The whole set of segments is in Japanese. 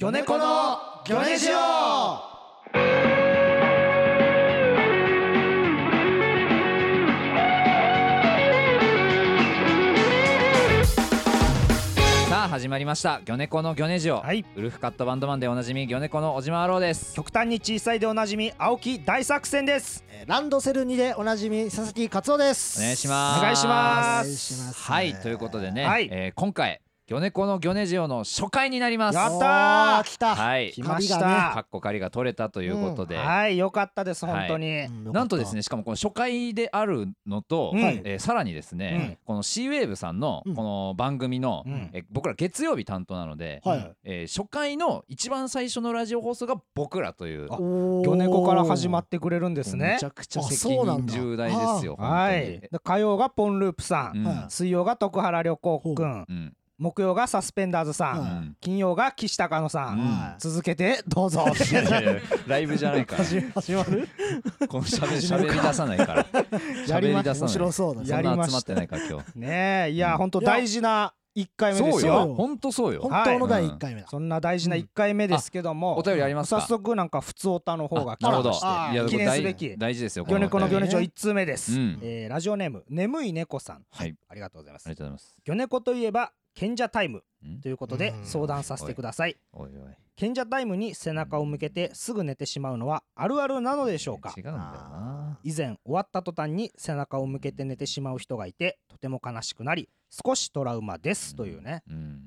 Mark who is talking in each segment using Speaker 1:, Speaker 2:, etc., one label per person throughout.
Speaker 1: この魚ネジオ
Speaker 2: さあ始まりました「ギョネコのギョネジオ」
Speaker 3: はい
Speaker 2: ウルフカットバンドマンでおなじみギョネコの小島アローです
Speaker 3: 極端に小さいでおなじみ青木大作戦です
Speaker 1: えーランドセル2でおなじみ佐々木勝夫です
Speaker 2: お願いします
Speaker 3: お願いします
Speaker 1: お願いします
Speaker 2: はいということでね、
Speaker 3: はい
Speaker 2: えー今回「ギョネコのギョネジオ」の初回になります
Speaker 3: やったー
Speaker 1: おー来た
Speaker 2: はい
Speaker 3: 来まし
Speaker 1: 髪が
Speaker 2: か
Speaker 3: た
Speaker 2: っこ借りが取れたということで、
Speaker 3: はい良かったです本当に
Speaker 1: うん
Speaker 2: なんとですねしかもこの初回であるのと、
Speaker 3: うん
Speaker 2: えーさらにですね、この C ウェーブさんの
Speaker 1: うん
Speaker 2: この番組の、
Speaker 3: うん
Speaker 2: えー僕ら月曜日担当なので、
Speaker 1: はい
Speaker 2: えー初回の一番最初のラジオ放送が僕らという
Speaker 3: あ魚
Speaker 1: 魚
Speaker 3: 猫から始まってくれるんですね
Speaker 2: めちゃくちゃ
Speaker 1: あ
Speaker 2: 責
Speaker 1: そうなん
Speaker 2: 任
Speaker 1: だ
Speaker 2: 重大ですよ。本
Speaker 3: はい
Speaker 2: 当に
Speaker 3: で火曜がポンループさ
Speaker 2: うんん
Speaker 1: はい
Speaker 3: 水曜が徳原旅行くん
Speaker 2: うん
Speaker 3: 木曜がサスペンダーズさ
Speaker 2: うんん
Speaker 3: 金曜が岸高野さ
Speaker 2: うん
Speaker 3: ん続けて
Speaker 1: どうぞ
Speaker 2: いやいやいやライブじゃないから
Speaker 1: 始始まる
Speaker 2: このしゃべしゃべり出さないから
Speaker 1: やり
Speaker 2: 喋り出さ
Speaker 1: ました面
Speaker 2: ない
Speaker 1: 白そうだ
Speaker 3: や
Speaker 2: そ
Speaker 3: り
Speaker 2: んな
Speaker 3: ま
Speaker 2: 集まっ
Speaker 3: した
Speaker 2: てないから今日
Speaker 3: ねえいうや
Speaker 2: ん
Speaker 3: 本当大事な1回目で
Speaker 2: そう
Speaker 3: す
Speaker 2: よ
Speaker 3: よ
Speaker 2: 本当そうよ
Speaker 1: 本当の第一回目だ
Speaker 3: そんな大事な1回目ですけども
Speaker 2: お便りありますか
Speaker 3: 早速なんか普通おたの方が来
Speaker 2: なるほ
Speaker 3: ま
Speaker 2: ど
Speaker 3: して
Speaker 1: あ
Speaker 2: いや
Speaker 3: 記念すべき
Speaker 2: 大大事ですよ
Speaker 3: 魚猫の
Speaker 2: お便
Speaker 3: 魚
Speaker 2: り
Speaker 3: 猫一通目です、
Speaker 2: うん
Speaker 3: えーラジオネーム眠い猫さん
Speaker 2: はい
Speaker 3: ありがとうございます
Speaker 2: ありがとうございます
Speaker 3: 魚猫といえば賢者タイム
Speaker 2: うん
Speaker 3: ということで
Speaker 1: うん
Speaker 3: 相談させてください
Speaker 2: おいおい
Speaker 3: 賢者タイムに背中を向けてすぐ寝てしまうのはあるあるなのでしょうか
Speaker 2: 違うんだよな
Speaker 3: 以前終わった途端に背中を向けて寝てしまう人がいてとても悲しくなり少しトラウマですというね、
Speaker 2: うん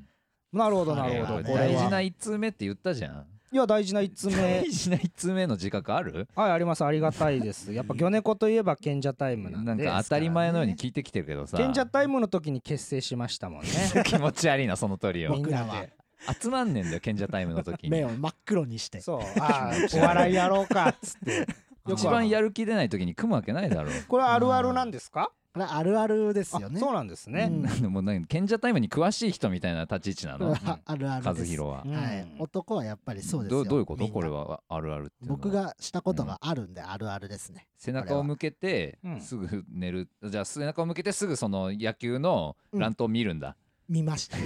Speaker 3: なるほどな
Speaker 1: あ
Speaker 3: る
Speaker 1: れ
Speaker 3: ほ
Speaker 1: は
Speaker 3: ど
Speaker 1: ね
Speaker 3: これ
Speaker 2: 大事な
Speaker 3: は
Speaker 2: 一通目って言ったじゃん
Speaker 3: いや大事な1通目
Speaker 2: 大事な一通目の自覚ある
Speaker 3: はいありますありがたい ですやっぱ魚猫といえば賢者タイムなんで
Speaker 2: なんか当たり前のように聞いてきてるけどさ
Speaker 3: 賢者タイムの時に結成しましたもんね
Speaker 2: 気持ち悪いなその通りよ
Speaker 3: みんな
Speaker 1: 僕らは
Speaker 3: で
Speaker 2: 集まんねんだよ賢者タイムの 時
Speaker 1: 目
Speaker 2: に
Speaker 1: を真っ黒にして
Speaker 3: そうあ
Speaker 2: 気持ち悪い
Speaker 3: ーお笑いやろうかっつってよ く
Speaker 2: 一番やる気出ない時に組むわけないだろう
Speaker 3: これはあるあるなんですか
Speaker 1: これあるあるですよね
Speaker 3: あそうなんです ね、
Speaker 1: うん
Speaker 2: なんでもうなんか賢者タイムに詳しい人みたいな立ち位置 なの
Speaker 1: ああるあ
Speaker 2: 和
Speaker 1: るです
Speaker 2: 弘は
Speaker 3: うん
Speaker 1: はい男はやっぱりそうです
Speaker 2: ど
Speaker 1: よ
Speaker 2: どういうこと
Speaker 1: みんな
Speaker 2: これはあるあるっていうのは
Speaker 1: 僕がしたことがあるんであるあるですね
Speaker 2: 背中を向けて
Speaker 3: これはうん
Speaker 2: すぐ寝る、じゃあ背中を向けてすぐその野球の
Speaker 1: うん
Speaker 2: 乱闘を見るんだ、
Speaker 1: 見ましたね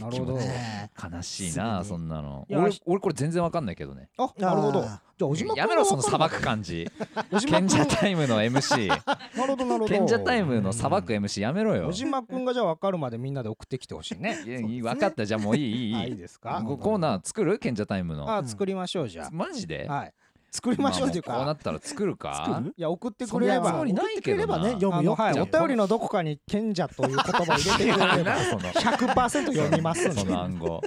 Speaker 3: なるほど
Speaker 1: ね
Speaker 2: 悲しいなあ
Speaker 1: す
Speaker 2: そ
Speaker 1: ぐに
Speaker 2: んなの
Speaker 3: いや
Speaker 2: 俺俺これ全然わかんないけどね
Speaker 3: あ なるほど
Speaker 1: あ
Speaker 3: じゃあ
Speaker 1: ー
Speaker 3: 小島君
Speaker 2: やめろその
Speaker 3: 分
Speaker 2: 裁
Speaker 3: かんな
Speaker 2: く感 じ
Speaker 3: 小島
Speaker 2: 賢
Speaker 3: 君
Speaker 2: 者タイムの MC
Speaker 3: なるほどなるほ ど
Speaker 2: 賢者タイムの裁く MC やめろよ
Speaker 3: 小島君がじゃあ分かるまでみんなで送ってきてほしいね
Speaker 2: いや
Speaker 1: そう
Speaker 2: いい
Speaker 1: ですね
Speaker 2: 分かったじゃあもういいいい
Speaker 3: あ
Speaker 2: い
Speaker 3: い
Speaker 2: い
Speaker 3: いですか
Speaker 2: こコーナー作る賢者タイムの
Speaker 3: あ作りましょうじゃ
Speaker 2: マジで
Speaker 3: あはい作りましょうっていう
Speaker 2: あもこうな
Speaker 3: か
Speaker 2: ったら作るか
Speaker 1: 作る
Speaker 3: いや送ってく
Speaker 1: そ
Speaker 3: れ
Speaker 1: れ
Speaker 3: れ
Speaker 1: は
Speaker 2: つも
Speaker 3: ば
Speaker 2: りないけどな
Speaker 1: 送ってくれればね読
Speaker 3: あの
Speaker 1: むよ
Speaker 3: はい
Speaker 2: じゃ
Speaker 3: お
Speaker 2: あ
Speaker 3: 便りのどこかに賢者という言葉を入 れてくれれば
Speaker 2: その
Speaker 3: 100%読みますん
Speaker 2: そ
Speaker 3: で
Speaker 2: の暗号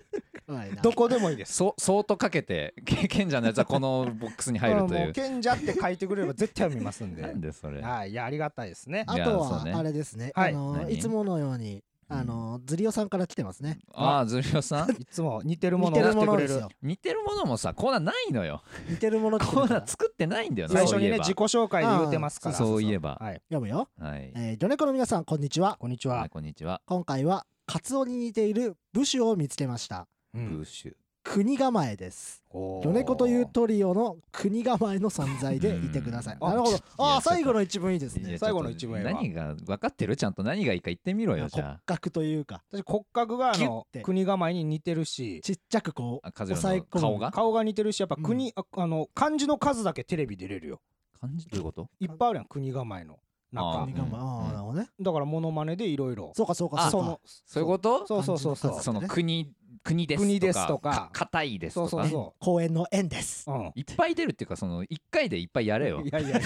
Speaker 1: はいな
Speaker 3: どこでもいいです
Speaker 2: そそうとかけて け賢者のやつはこのボックスに入 ると
Speaker 3: うん
Speaker 2: い
Speaker 3: も
Speaker 2: う
Speaker 3: う賢者って書いてくれれば絶対読みますんで
Speaker 2: なんでそれ
Speaker 3: はいいやありがたいですね
Speaker 1: あ
Speaker 2: いや
Speaker 1: と
Speaker 2: そうね
Speaker 1: はあれですね
Speaker 3: はい
Speaker 1: あの
Speaker 2: 何
Speaker 1: いつものようにあのズリオさんから来てますね
Speaker 2: ああズルオさん
Speaker 3: いつも 似てるも
Speaker 1: 似
Speaker 3: のを
Speaker 1: て
Speaker 3: 送
Speaker 1: る
Speaker 3: って
Speaker 1: もの
Speaker 3: く
Speaker 1: で
Speaker 3: れ
Speaker 1: す
Speaker 3: る
Speaker 1: よ
Speaker 2: 似てるものもさコーナーないのよ
Speaker 1: 似てるもの来て
Speaker 2: コ
Speaker 1: る
Speaker 2: ー
Speaker 1: か
Speaker 2: ナ
Speaker 1: ら
Speaker 2: ー作ってないんだよな
Speaker 3: 最初にね
Speaker 2: そうい
Speaker 3: 自己
Speaker 2: えば
Speaker 3: 紹介で言ってますから
Speaker 2: そういえば
Speaker 3: はい
Speaker 1: 読むよ
Speaker 2: はい
Speaker 1: えー、ジョネコの皆さんこんにちは
Speaker 3: こんにち
Speaker 2: は
Speaker 3: はい
Speaker 2: こんにちは
Speaker 1: 今回はカツオに似ている武士を見つけました
Speaker 3: う
Speaker 2: ブ
Speaker 3: ん
Speaker 2: ッシュ
Speaker 1: 国構えです
Speaker 3: おー
Speaker 1: ジョネコというトリオの国構えの存在でいてください
Speaker 2: うん
Speaker 1: なるほ
Speaker 2: い
Speaker 1: ど
Speaker 2: や
Speaker 1: あ
Speaker 2: ちょ
Speaker 1: あ
Speaker 2: っと
Speaker 1: 最後の一文いいです
Speaker 2: いや
Speaker 1: ね
Speaker 3: 最後の一文
Speaker 2: ちょ
Speaker 3: は
Speaker 2: っと何が分かってるちゃんと何がいいか言ってみろよ
Speaker 1: 骨
Speaker 2: じゃ
Speaker 1: 格というか
Speaker 3: 私骨格があ
Speaker 1: ギュッ
Speaker 3: の
Speaker 1: て
Speaker 3: 国構えに似てるし
Speaker 1: ちっちゃくこう
Speaker 2: あカズロ
Speaker 1: 抑え
Speaker 2: の
Speaker 1: 込む
Speaker 2: 顔が
Speaker 3: 顔が似てるしやっぱ
Speaker 1: うん
Speaker 3: 国、ああの漢字の数だけテレビ出れるよ
Speaker 2: 漢字どういうこと
Speaker 3: いっぱいあるやん国構えの
Speaker 2: あ
Speaker 3: 中
Speaker 1: 国構
Speaker 2: うん
Speaker 1: えああなるほどね
Speaker 3: だからモノマネでいろいろ
Speaker 1: そうかそうか
Speaker 2: あ
Speaker 1: そうか
Speaker 3: の
Speaker 2: そういうこと
Speaker 3: そうそうそうそ
Speaker 1: 漢
Speaker 3: う
Speaker 1: 字
Speaker 2: その国国ですとか
Speaker 3: 国ですとか
Speaker 2: 硬いです
Speaker 3: そう
Speaker 2: と
Speaker 3: そ
Speaker 2: か
Speaker 3: う
Speaker 1: ね
Speaker 3: そ
Speaker 1: 公園の園で す
Speaker 3: ううん
Speaker 2: いっぱい出るっていうかその一回でいっぱいやれよ
Speaker 3: いやい やいやいっ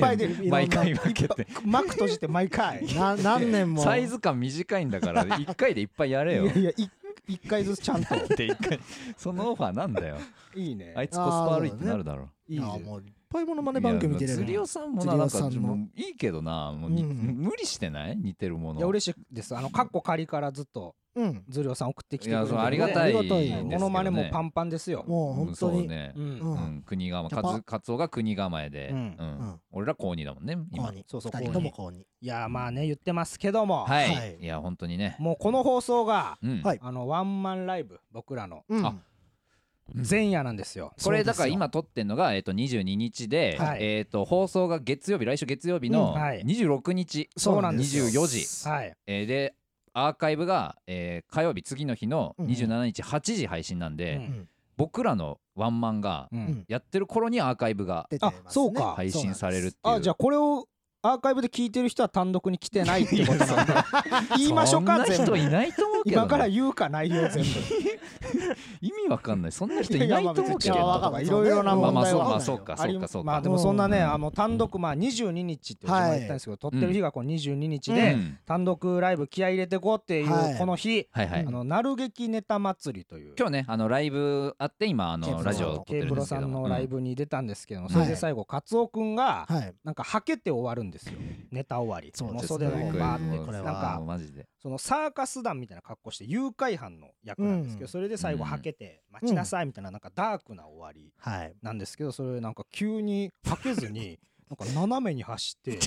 Speaker 3: ぱい出る
Speaker 2: 毎
Speaker 3: い
Speaker 2: 回
Speaker 3: ろんな
Speaker 2: 分けて
Speaker 3: 幕閉じて毎 回
Speaker 1: な何年も
Speaker 2: サイズ感短いんだから1回でいっぱいや
Speaker 3: い
Speaker 2: れ
Speaker 3: や
Speaker 2: よ。
Speaker 3: いやい一回ずつちゃんと
Speaker 2: で一回 そのオファーなんだよ。
Speaker 3: いいね
Speaker 2: あいつコスパ悪いってなるだろう。
Speaker 3: いい
Speaker 1: ああ
Speaker 3: ね
Speaker 1: もういっぱいモノマネ番組出れ
Speaker 2: 釣り
Speaker 1: る
Speaker 2: おさんもななんか
Speaker 1: 釣りおさんの
Speaker 2: もういいけどなもうに
Speaker 1: うん
Speaker 2: 無理してない似てるも
Speaker 3: いや
Speaker 2: の。
Speaker 3: 嬉しいですあのカッコ仮からずっと
Speaker 1: うん
Speaker 3: ズリオさん送ってきて
Speaker 2: い
Speaker 3: くれ
Speaker 2: や
Speaker 3: る
Speaker 2: そうありがたい
Speaker 1: ありがた
Speaker 2: で
Speaker 1: い
Speaker 2: すけどね
Speaker 3: モノマネもパンパンですよ
Speaker 1: もう本当
Speaker 2: そう
Speaker 1: に
Speaker 2: ね
Speaker 3: う。ん、
Speaker 1: う
Speaker 2: うんん国構
Speaker 1: やっぱ
Speaker 2: カツカツオが国構えで、
Speaker 3: う
Speaker 2: うん
Speaker 1: うん
Speaker 2: ん俺ら高2だもんね
Speaker 1: 公
Speaker 2: 今。
Speaker 1: に
Speaker 3: そうそう
Speaker 1: 二人とも公に
Speaker 3: いやまあね言ってますけども、
Speaker 2: は
Speaker 1: はいい。
Speaker 2: いや本当にね。
Speaker 3: もうこの放送が
Speaker 2: うん
Speaker 1: はい
Speaker 3: あのワンマンライブ僕らの
Speaker 1: うん
Speaker 2: あうん
Speaker 3: 前夜なんですよ、
Speaker 2: これだから
Speaker 1: そうですよ
Speaker 2: 今撮ってんのがえっと22日で
Speaker 3: はい
Speaker 2: えっと放送が月曜日来週月曜日の
Speaker 3: うんはい
Speaker 2: 26日
Speaker 3: そうなんですよ
Speaker 2: 24時。
Speaker 3: はい
Speaker 2: えーでアーカイブが、えー火曜日次の日の
Speaker 1: うん
Speaker 2: 27日8時配信なんで、
Speaker 3: うん
Speaker 2: 僕らのワンマンが
Speaker 3: うん
Speaker 1: うん
Speaker 2: やってる頃にアーカイブが
Speaker 1: 出てま
Speaker 3: あ
Speaker 1: すね
Speaker 3: そうか
Speaker 2: 配信されるっていう
Speaker 3: あじゃあこれをアーカイブで聞いてる人は単独に来てないってこと なんだ言いましょうか
Speaker 2: そんな
Speaker 3: 全
Speaker 2: 人
Speaker 3: 部
Speaker 2: いないと思うけど、ね、
Speaker 3: 今から言うか内容全部
Speaker 2: 意味わかんないそんな人いないと思うけ
Speaker 1: い
Speaker 2: ど
Speaker 1: や
Speaker 2: ま
Speaker 1: わ
Speaker 2: あ
Speaker 1: かん
Speaker 3: ま
Speaker 1: な
Speaker 3: あ
Speaker 1: い
Speaker 3: いろいろな
Speaker 2: まあ
Speaker 3: 問
Speaker 2: まあ
Speaker 3: 題
Speaker 2: そう
Speaker 3: は
Speaker 2: まあ
Speaker 1: わかんない
Speaker 2: そ
Speaker 1: よ
Speaker 2: うか
Speaker 3: あ
Speaker 2: そ
Speaker 3: り
Speaker 2: うかそうか
Speaker 3: まあでもそんなね、
Speaker 1: うん
Speaker 3: あの単独まあ22日っていう
Speaker 1: は
Speaker 3: 決
Speaker 1: い
Speaker 3: まったんですけど、撮ってる日がこう22日で、
Speaker 2: うん
Speaker 3: 単独ライブ気合い入れてこうってい
Speaker 1: は
Speaker 3: う
Speaker 1: い
Speaker 3: この日、
Speaker 2: はいはい、
Speaker 1: うん
Speaker 3: あのなる劇ネタ祭りという
Speaker 2: 今日ねあのライブあって今あ
Speaker 1: ケーブ
Speaker 2: の
Speaker 1: ロ
Speaker 2: ラジオを撮って
Speaker 3: K
Speaker 2: る
Speaker 3: プ
Speaker 2: んで
Speaker 3: ロ
Speaker 2: す
Speaker 3: さ
Speaker 2: けど
Speaker 3: んの
Speaker 2: も
Speaker 3: ライブに出たんですけども、それで最後カツオくんが
Speaker 1: はい
Speaker 3: なんかはけて終わるんですよネタ終わり
Speaker 1: そう
Speaker 3: も
Speaker 1: です
Speaker 3: う袖の
Speaker 1: ね
Speaker 3: 方バーって
Speaker 1: これは
Speaker 3: なん
Speaker 2: うんも
Speaker 3: か
Speaker 2: うマジで
Speaker 3: そのサーカス団みたいな格好して誘拐犯の役なんですけど、
Speaker 1: うん
Speaker 3: それで最後はけて待ちなさいみたいななんかダークな終わり
Speaker 1: はい
Speaker 3: なんですけどそれなんか急に はけずになんか斜めに走 って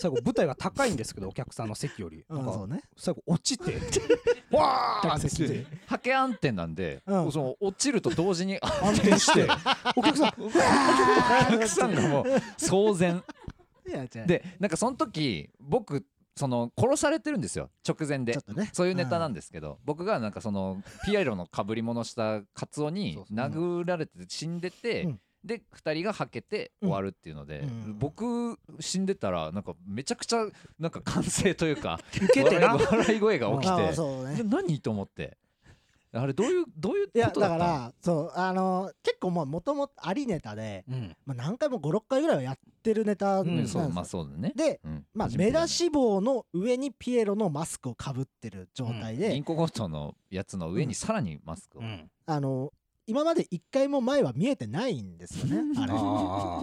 Speaker 3: 最後舞台が高いんですけどお客さんの席より
Speaker 1: う
Speaker 3: なん
Speaker 1: ん
Speaker 3: か
Speaker 1: そうね
Speaker 3: 最後落ち てわー
Speaker 1: 客
Speaker 3: って
Speaker 1: 席で
Speaker 2: ハケ安定なんで、
Speaker 1: うん
Speaker 2: その落ちると同 時に
Speaker 3: 安定して お客さん
Speaker 2: お客さんがもう騒然
Speaker 1: いやじゃあ
Speaker 2: でなんかその時僕その殺されてるんですよ直前で
Speaker 1: ちょっとね
Speaker 2: そういうネタなんですけど、僕がなんかそのピエロの被り物したカツオに
Speaker 3: そうそう
Speaker 2: 殴られて死んでて、
Speaker 1: うん
Speaker 2: で2人がはけて終わるっていうので、
Speaker 1: うん
Speaker 2: 僕死んでたらなんかめちゃくちゃなんか歓声というか
Speaker 3: 受けてな
Speaker 2: 笑い笑い声が起き
Speaker 1: ああ
Speaker 2: て、
Speaker 1: そうね
Speaker 2: で何と思ってあれどういうどういう
Speaker 1: いや
Speaker 2: ことだ
Speaker 1: だ
Speaker 2: った
Speaker 1: か
Speaker 2: の
Speaker 1: らそうあの結構もうもともとありネタで、
Speaker 3: うん
Speaker 1: まあ、何回も56回ぐらいはやってるネ
Speaker 2: う
Speaker 1: タなんで
Speaker 2: ん、
Speaker 1: す
Speaker 2: そ
Speaker 1: よ、
Speaker 2: うまあそうだね。
Speaker 1: で
Speaker 2: うん
Speaker 1: まあ、
Speaker 2: 初め
Speaker 1: 目
Speaker 2: てだね
Speaker 1: 出し帽の上にピエロのマスクをかぶってる状態で、
Speaker 2: インコゴットのやつの上にさらにマスクを、
Speaker 3: うん
Speaker 1: あの今まで一回も前は見えてないんですよねあれ
Speaker 3: あ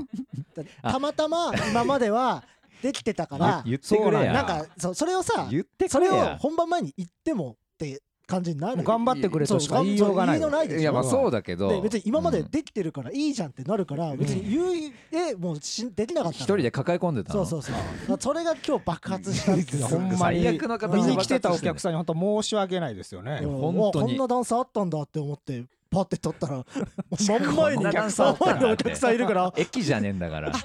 Speaker 1: だたまたま今まではできてたから
Speaker 2: 言言ってくれや
Speaker 1: なんかそうそれをさ
Speaker 2: 言って
Speaker 1: そ
Speaker 2: くれ
Speaker 1: れを
Speaker 2: や
Speaker 1: 本番前に言ってもって感じにな
Speaker 3: あ
Speaker 1: る
Speaker 3: 頑張ってくれとしか言いようがない
Speaker 1: そ
Speaker 3: わ
Speaker 1: う頑張ってくれ
Speaker 2: いやまあそうだけ
Speaker 1: で
Speaker 2: ど
Speaker 1: 別に今までできてるからいいじゃんってなるから、別に言えもうしできなか
Speaker 2: うん
Speaker 1: った
Speaker 2: 一人で抱え込んでた
Speaker 1: そ
Speaker 2: の
Speaker 1: うそうそうだからそれが今日爆発したんですよ
Speaker 3: ほんまに
Speaker 2: 最悪の形
Speaker 3: 見
Speaker 2: で
Speaker 3: に来てたお客
Speaker 2: さ
Speaker 3: さんに本当申し訳ないですよね
Speaker 1: うん
Speaker 2: 本当に
Speaker 1: うわこんなダンスあったんだって思ってパッて撮ったら真ん前
Speaker 2: こん
Speaker 1: に
Speaker 2: なダ
Speaker 1: お
Speaker 2: ン
Speaker 1: 客
Speaker 2: スあ
Speaker 1: さ
Speaker 2: っ
Speaker 1: ん
Speaker 2: たんだって
Speaker 1: お客さんいるから
Speaker 2: 駅じゃねえんだから
Speaker 1: つっ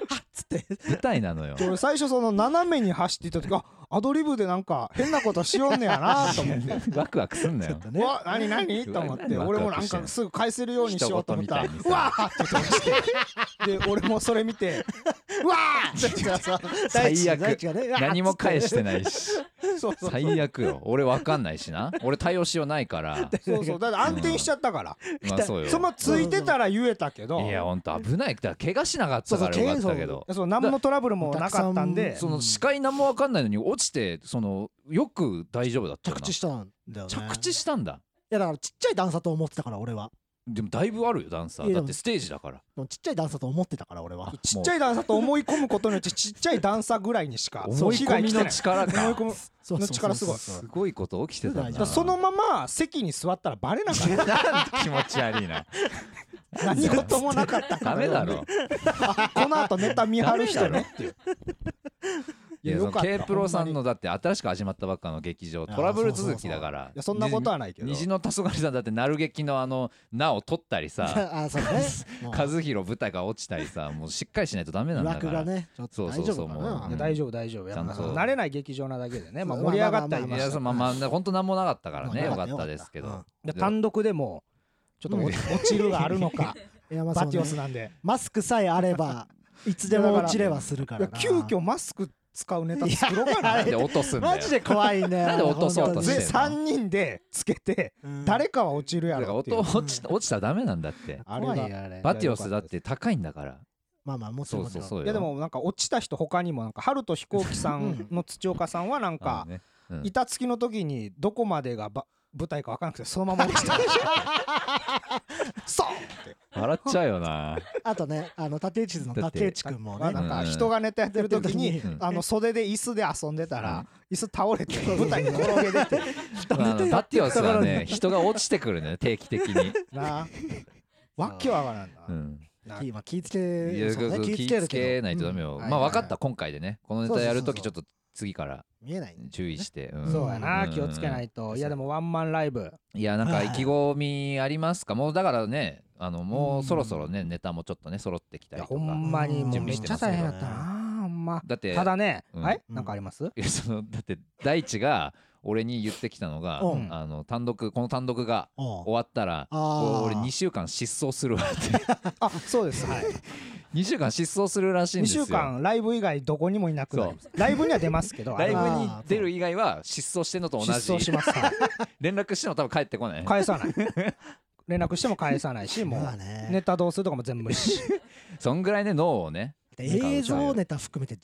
Speaker 1: て
Speaker 2: 舞台なのよ
Speaker 3: 俺最初その斜めに走っていった時あアドリブでなんか変なことしよんねやなと思って。
Speaker 2: ワクワクすんな
Speaker 1: ちょっ
Speaker 2: よ
Speaker 1: と
Speaker 3: う
Speaker 1: ね
Speaker 3: わ 何何と思って
Speaker 2: ワクワク
Speaker 3: 俺もなん
Speaker 2: してん
Speaker 3: か
Speaker 2: の
Speaker 3: すぐ返せるようにしようと思ったら
Speaker 2: 一言みたいにさ
Speaker 3: うわーって言ってましてで俺もそれ見 てうわ
Speaker 2: 最悪
Speaker 1: 大地大地がねうわー
Speaker 2: 何も返し
Speaker 1: つって
Speaker 2: ないし
Speaker 3: ーそうそう
Speaker 2: 最悪よ俺わかんないしな俺対応しようない から
Speaker 3: そうそうだって暗転しちゃったから
Speaker 2: まあそうよ
Speaker 3: そのついてたら言えたけど
Speaker 2: いやほんと危ないだから怪我しなかったからよかったけど
Speaker 3: そう何もトラブルもなかったん
Speaker 1: だ
Speaker 3: で
Speaker 2: その視界何もわかんないのに落ちてそのよく大丈夫だったよ
Speaker 1: 着
Speaker 2: な
Speaker 1: 地したんだよね
Speaker 2: 着地
Speaker 1: い
Speaker 2: したんだ
Speaker 1: やだからちっちゃい段差と思ってたから俺は
Speaker 2: でもだいぶあるよダンサ
Speaker 1: い
Speaker 2: ー
Speaker 1: や
Speaker 2: だっ
Speaker 1: でも
Speaker 2: てステージだから
Speaker 1: でもちっちゃい段差と思ってたから俺は
Speaker 3: ちっちゃい段差と思い込むことによってちっちゃい段差ぐらいにしか
Speaker 2: 思い
Speaker 3: 被害
Speaker 2: 込
Speaker 3: 来
Speaker 2: み
Speaker 3: てな
Speaker 2: の
Speaker 3: い
Speaker 2: 力
Speaker 3: 思い
Speaker 2: か
Speaker 3: 込む
Speaker 1: そうそうそう
Speaker 3: 力すごい
Speaker 1: そう
Speaker 2: すごいこと起きてた
Speaker 1: だか
Speaker 2: な
Speaker 1: ら
Speaker 3: そのまま席に座ったらバレなか った
Speaker 2: なん て気持ち悪いな
Speaker 3: 何事もな かったか
Speaker 2: ダ
Speaker 3: ら
Speaker 2: メだろ
Speaker 3: この後ネタ見張る人ねっていう
Speaker 2: いや
Speaker 3: よかった
Speaker 2: K プロさんのだって新しく始まったばっかの劇場トラブル続きだから
Speaker 3: いやそんなことはないけど
Speaker 2: 虹の黄昏さんだって鳴る劇のあの名を取ったりさ
Speaker 1: あ そうねもう
Speaker 2: 和弘舞台が落ちたりさもうしっかりしないとダメなんだ
Speaker 1: 楽
Speaker 2: か
Speaker 1: が
Speaker 2: ら
Speaker 1: ねちょっと大丈夫か
Speaker 2: そうそうそう
Speaker 1: な
Speaker 2: もう
Speaker 3: 大丈夫大丈夫やっぱその慣れない劇場なだけでね、まあ、
Speaker 1: そうまあ
Speaker 3: 盛り上がったり
Speaker 2: い
Speaker 3: ま
Speaker 2: や
Speaker 3: し
Speaker 2: そ
Speaker 3: た
Speaker 2: うまあまあ本当何もなかったからね
Speaker 1: ま
Speaker 2: よ
Speaker 1: あ
Speaker 2: か
Speaker 1: まあ
Speaker 2: ったですけ
Speaker 1: よか
Speaker 2: ど
Speaker 1: っ
Speaker 2: や
Speaker 3: で単独でもちょっと
Speaker 2: うん
Speaker 3: 落ち落ちるがある のか
Speaker 1: たいやまあ
Speaker 3: バティオス
Speaker 1: そうね
Speaker 3: なんで
Speaker 1: マスクさえあればいつでも落ちれはするか
Speaker 3: いや
Speaker 1: らな
Speaker 3: 急遽マスク使うネタ作ろうかな
Speaker 2: なんで落とすんだ
Speaker 1: マジ
Speaker 2: よ
Speaker 1: で怖いね
Speaker 2: なんで落とそうと
Speaker 1: 本
Speaker 2: して
Speaker 1: 当
Speaker 2: ん
Speaker 1: に
Speaker 2: の
Speaker 3: で3人でつけて
Speaker 1: うん
Speaker 3: 誰かは落ちるや
Speaker 2: だから
Speaker 3: ろってい
Speaker 2: 音
Speaker 3: う
Speaker 2: 落ち落ちたらダメなんだって
Speaker 3: あれが
Speaker 1: 怖いあれ
Speaker 2: バティオスだって高いんだから
Speaker 1: まあまあもち
Speaker 2: そ
Speaker 1: ろん
Speaker 2: う
Speaker 1: も
Speaker 2: そ
Speaker 1: ちろ
Speaker 2: うんそうよ
Speaker 3: いやでもなんか落ちた人他にもなんか春と飛行機さんの土岡さんはなん
Speaker 2: あ
Speaker 3: か
Speaker 2: のねうん
Speaker 3: 板付きの時にどこまでがば舞台か分からなくてそのまま落ち たそうって
Speaker 2: 笑っちゃうよな
Speaker 1: あとねあの竹内図の竹内くんも
Speaker 3: まあ
Speaker 1: ね、
Speaker 3: なん
Speaker 2: う
Speaker 3: か
Speaker 2: ん
Speaker 3: 人がネタやってる時に、
Speaker 2: うん
Speaker 3: あの袖で椅子で遊んでた
Speaker 2: う
Speaker 3: ら
Speaker 2: ん、
Speaker 3: 椅子倒れて舞台に転げ出て
Speaker 2: あのバティオスはね人が落ちてくるのよ、定期的に。
Speaker 3: なわけわからん
Speaker 2: う
Speaker 3: な、
Speaker 2: ん、
Speaker 3: な
Speaker 1: 今気ぃつ
Speaker 2: い
Speaker 1: け
Speaker 2: や
Speaker 1: そうね
Speaker 2: 気
Speaker 1: 気
Speaker 2: ぃつけ
Speaker 1: ぃつけるけど
Speaker 2: ないとダメ
Speaker 1: うん
Speaker 2: よ。
Speaker 3: うん
Speaker 2: まあ
Speaker 3: はいはい
Speaker 2: 分かった、今回でね。このネタやるとき、ちょ
Speaker 1: そう
Speaker 2: っと次から
Speaker 1: 見えない
Speaker 2: 注意して。ん
Speaker 3: そうやな、
Speaker 2: ん
Speaker 3: 気をつけないといやでもワンマンライブ
Speaker 2: いや、なんか
Speaker 1: はい
Speaker 2: 意気込みありますかもうだからね、あのもうそろそろね、ネタもちょっとね、揃ってきた
Speaker 3: い
Speaker 2: り
Speaker 3: や
Speaker 2: と
Speaker 3: ほ
Speaker 2: か。
Speaker 3: んまにもう
Speaker 2: 準備
Speaker 3: めっ
Speaker 2: して
Speaker 3: ち
Speaker 2: ま
Speaker 3: ゃ
Speaker 2: すけど
Speaker 3: 大変だったなほんま
Speaker 2: だって、
Speaker 3: ただね、
Speaker 2: うん
Speaker 3: はい
Speaker 1: うん
Speaker 3: なんかあります、
Speaker 2: いやそのだって、大地が俺に言ってきたのが、
Speaker 1: うん
Speaker 2: あの単独この単独が終
Speaker 1: あ
Speaker 2: わったら
Speaker 1: あー
Speaker 2: 俺2週間失踪するわって
Speaker 3: あそうですはい
Speaker 2: 2週間失踪するらしいん
Speaker 3: 2
Speaker 2: ですよ
Speaker 3: 週間ライブ以外どこにもいなくなりますライブには出ますけど
Speaker 2: ライ
Speaker 3: あ
Speaker 2: ブ
Speaker 3: の
Speaker 2: に出る以外は失踪してんのと同
Speaker 3: 失踪し
Speaker 2: じ
Speaker 3: ますはい
Speaker 2: 連絡しても多分帰ってこない
Speaker 3: 返さない連絡しても返さないしも
Speaker 1: まあ
Speaker 3: う
Speaker 1: ね
Speaker 3: ネタどうするとかも全部無視
Speaker 2: そんぐらいね脳をね
Speaker 1: 映像ネタ含めて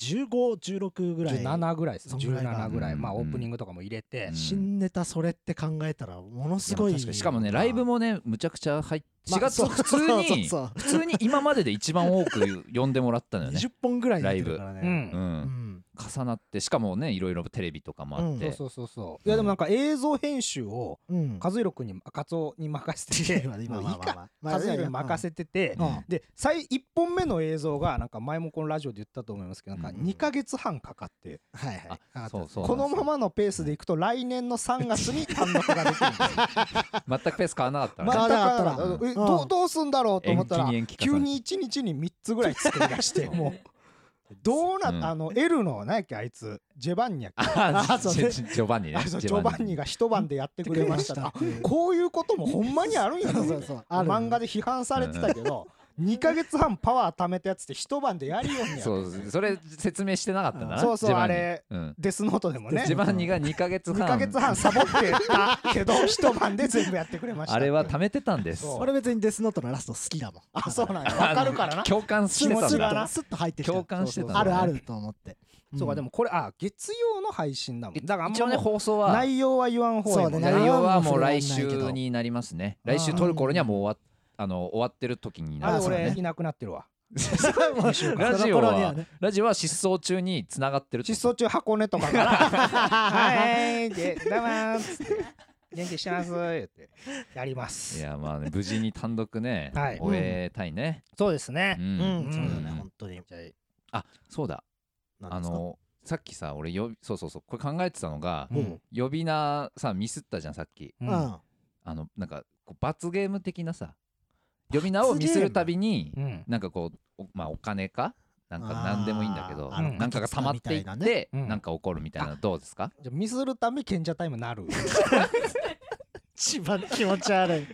Speaker 1: 1516ぐらい
Speaker 3: 17ぐらいです
Speaker 1: そんぐらいか
Speaker 3: 17ぐらいまあ
Speaker 2: うん
Speaker 3: オープニングとかも入れて
Speaker 2: うん
Speaker 1: 新ネタそれって考えたらものすご
Speaker 2: い
Speaker 1: い
Speaker 2: や確かにしかもねライブもねむちゃくちゃ入っ
Speaker 1: ま
Speaker 2: 4
Speaker 1: あ
Speaker 2: 月
Speaker 1: そう
Speaker 2: 普通
Speaker 1: そう
Speaker 2: に
Speaker 1: そう
Speaker 2: 普通に今までで一番多く呼んでもらったのよね
Speaker 1: 20本ぐらい出てるから
Speaker 3: う
Speaker 1: ね
Speaker 2: うんん重なってしかもねいろいろテレビとかもあっ
Speaker 3: そう
Speaker 2: て
Speaker 3: そうそうそういやでもなんか映像編集を
Speaker 1: うんうん
Speaker 3: 和弘君にカツオに任せてて
Speaker 1: まあ今
Speaker 3: もういい
Speaker 1: まあまあ
Speaker 3: か
Speaker 1: まあ
Speaker 3: 和弘に任せてて
Speaker 1: うん
Speaker 2: うん
Speaker 3: で最1本目の映像がなんか前もこのラジオで言ったと思いますけどなんか
Speaker 2: うん
Speaker 3: 2ヶ月半かかって
Speaker 1: はいはい
Speaker 2: あそうそう
Speaker 3: このままのペースでいくと来年の3月に単独ができるんですよ
Speaker 2: 全くペース変わらなかった
Speaker 3: 全
Speaker 2: ね
Speaker 3: く
Speaker 1: まだあったら
Speaker 3: あの
Speaker 1: うん
Speaker 3: えどうどうすんだろうと思った
Speaker 2: 延
Speaker 3: ら
Speaker 2: 期に延期重
Speaker 3: 急
Speaker 2: ね
Speaker 3: に1日に3つぐらい作り出して
Speaker 2: そう
Speaker 3: もうどうな
Speaker 2: うん
Speaker 3: あの L の何やっけあいつジェバンニやっけ
Speaker 2: あ
Speaker 1: そう
Speaker 2: ジェジェジョバンニね
Speaker 3: あそうジョバンニが一晩でやってくれましたとあこういうこともほんまにあるんや
Speaker 1: そ
Speaker 3: な
Speaker 1: うそうそうある
Speaker 3: 漫画で批判されてたけど2ヶ月半パワー貯めたやつって一晩でやるようにや
Speaker 2: そ
Speaker 3: る
Speaker 2: うそれ説明してなかったな
Speaker 3: そうそう
Speaker 2: ジェバ
Speaker 3: あ
Speaker 2: ンニ
Speaker 3: れ
Speaker 2: うん
Speaker 3: デスノートでもね
Speaker 2: ジェバンニが2ヶ月
Speaker 3: 2
Speaker 2: 半
Speaker 3: ヶ月半サボってたけど一晩で全部やってくれました
Speaker 2: あれは貯めてたんです
Speaker 3: そう
Speaker 1: 俺別にデスノートのラスト好きだもん
Speaker 3: あそうなんやわかるからな
Speaker 2: 共感してた
Speaker 3: 気持
Speaker 2: ん
Speaker 3: ちが
Speaker 2: だ
Speaker 3: な
Speaker 1: スッと入ってきた
Speaker 2: 共感してたんだ
Speaker 1: あるあると思って
Speaker 3: そうかで
Speaker 1: も
Speaker 3: もこれあ月曜の配信だもんだからあん
Speaker 2: 一応ね
Speaker 3: まも
Speaker 2: 放送
Speaker 3: う
Speaker 2: は
Speaker 3: 内容は言わん方がいいもん
Speaker 1: そう
Speaker 2: 内
Speaker 1: ね
Speaker 2: 容はも
Speaker 1: 内容
Speaker 2: う
Speaker 1: はもう
Speaker 2: 来
Speaker 1: それはないけど
Speaker 2: 週になりますね来週撮る頃にはもう終わっあの終わってる時にな
Speaker 3: あ
Speaker 2: り
Speaker 3: れ
Speaker 2: ますから
Speaker 3: 俺
Speaker 2: ね
Speaker 3: いなくなってるわ
Speaker 1: ラ
Speaker 2: ラジオ
Speaker 1: その頃には
Speaker 2: は
Speaker 1: ね
Speaker 2: ラジオは失踪中に繋がってる
Speaker 3: 失踪中箱根とかからはいでどうもーっつって元気してますーってやりま
Speaker 2: い
Speaker 3: す
Speaker 2: やまあね無事に単独ね
Speaker 3: はい
Speaker 2: 終えたいね
Speaker 3: そうですね
Speaker 2: う
Speaker 1: うん
Speaker 2: ん
Speaker 1: そうだよね本当に
Speaker 2: あそうだあ
Speaker 1: あ
Speaker 2: のさっきさ俺よそうそうそうこれ考えてたのが
Speaker 3: うん
Speaker 2: 呼び名さミスったじゃんさっき
Speaker 3: う
Speaker 1: う
Speaker 3: んん
Speaker 2: あのなんかこう罰ゲーム的なさ呼び名をミスるたびに
Speaker 3: うん
Speaker 2: なんかこうお,、まあ、お金かなんか
Speaker 1: あー
Speaker 2: 何でもいいんだけど
Speaker 1: あ
Speaker 3: の
Speaker 2: なんかが溜まっていっ
Speaker 1: みたいな
Speaker 2: て
Speaker 1: ね
Speaker 3: うん
Speaker 2: なんか起こるみたいなのどうですか
Speaker 3: じゃあミスるため賢者タイムなる
Speaker 1: 一番気持ち悪い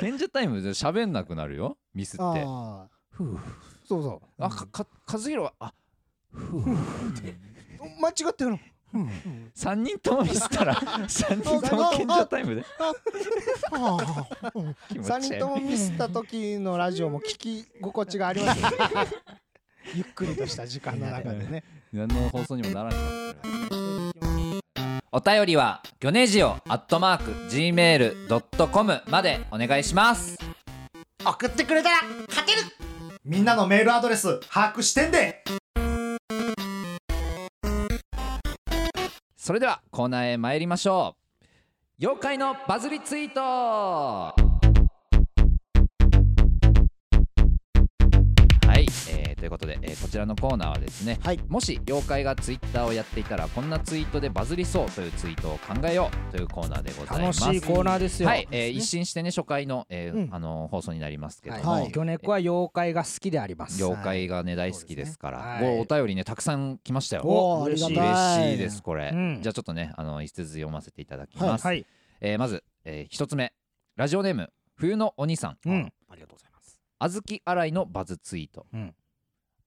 Speaker 2: 賢者タイムで喋んなくなるよミスって
Speaker 1: あ
Speaker 2: ふう
Speaker 3: そうそ
Speaker 2: あかか和弘はあ
Speaker 3: う間違ってるの
Speaker 2: 3人ともミスったら3 人とも賢者タイムで
Speaker 1: ーあーうん
Speaker 2: 気持ち
Speaker 3: 3
Speaker 2: 悪い
Speaker 3: 人ともミスった時のラジオも聞き心地がありますよ ねゆっくりとした時間の中でね
Speaker 2: 何の放送にもならなかったお便りはギョネジオアットマーク Gmail.com までお願いします
Speaker 4: 送ってくれたら勝てる
Speaker 3: みんなのメールアドレス把握してんで
Speaker 2: それではコーナーへ参りましょう妖怪のバズりツイートはい、えーということで、えーこちらのコーナーはですね、
Speaker 1: はい
Speaker 2: もし妖怪がツイッターをやっていたらこんなツイートでバズりそうというツイートを考えようというコーナーでござい
Speaker 3: 楽
Speaker 2: ます
Speaker 3: しいコーナーですよ
Speaker 2: はい、えー一新してね初回の、えー
Speaker 1: うん
Speaker 2: あのー放送になりますけども、
Speaker 1: はい
Speaker 3: 魚猫は妖怪が好きであります
Speaker 2: 妖怪がね大好きですから、
Speaker 3: はい
Speaker 2: こうお便りねたくさん来ましたよ。
Speaker 1: おーあり
Speaker 3: 嬉
Speaker 1: が
Speaker 3: しい
Speaker 1: たい
Speaker 2: 嬉しいですこれ、
Speaker 3: うん
Speaker 2: じゃあちょっとねあの一つずつ読ませていただきます、
Speaker 3: はい
Speaker 2: えーまず、えー一つ目ラジオネーム冬のお兄さん、
Speaker 3: うん
Speaker 1: ありがとうございます
Speaker 2: あずき洗いのバズツイート、
Speaker 3: うん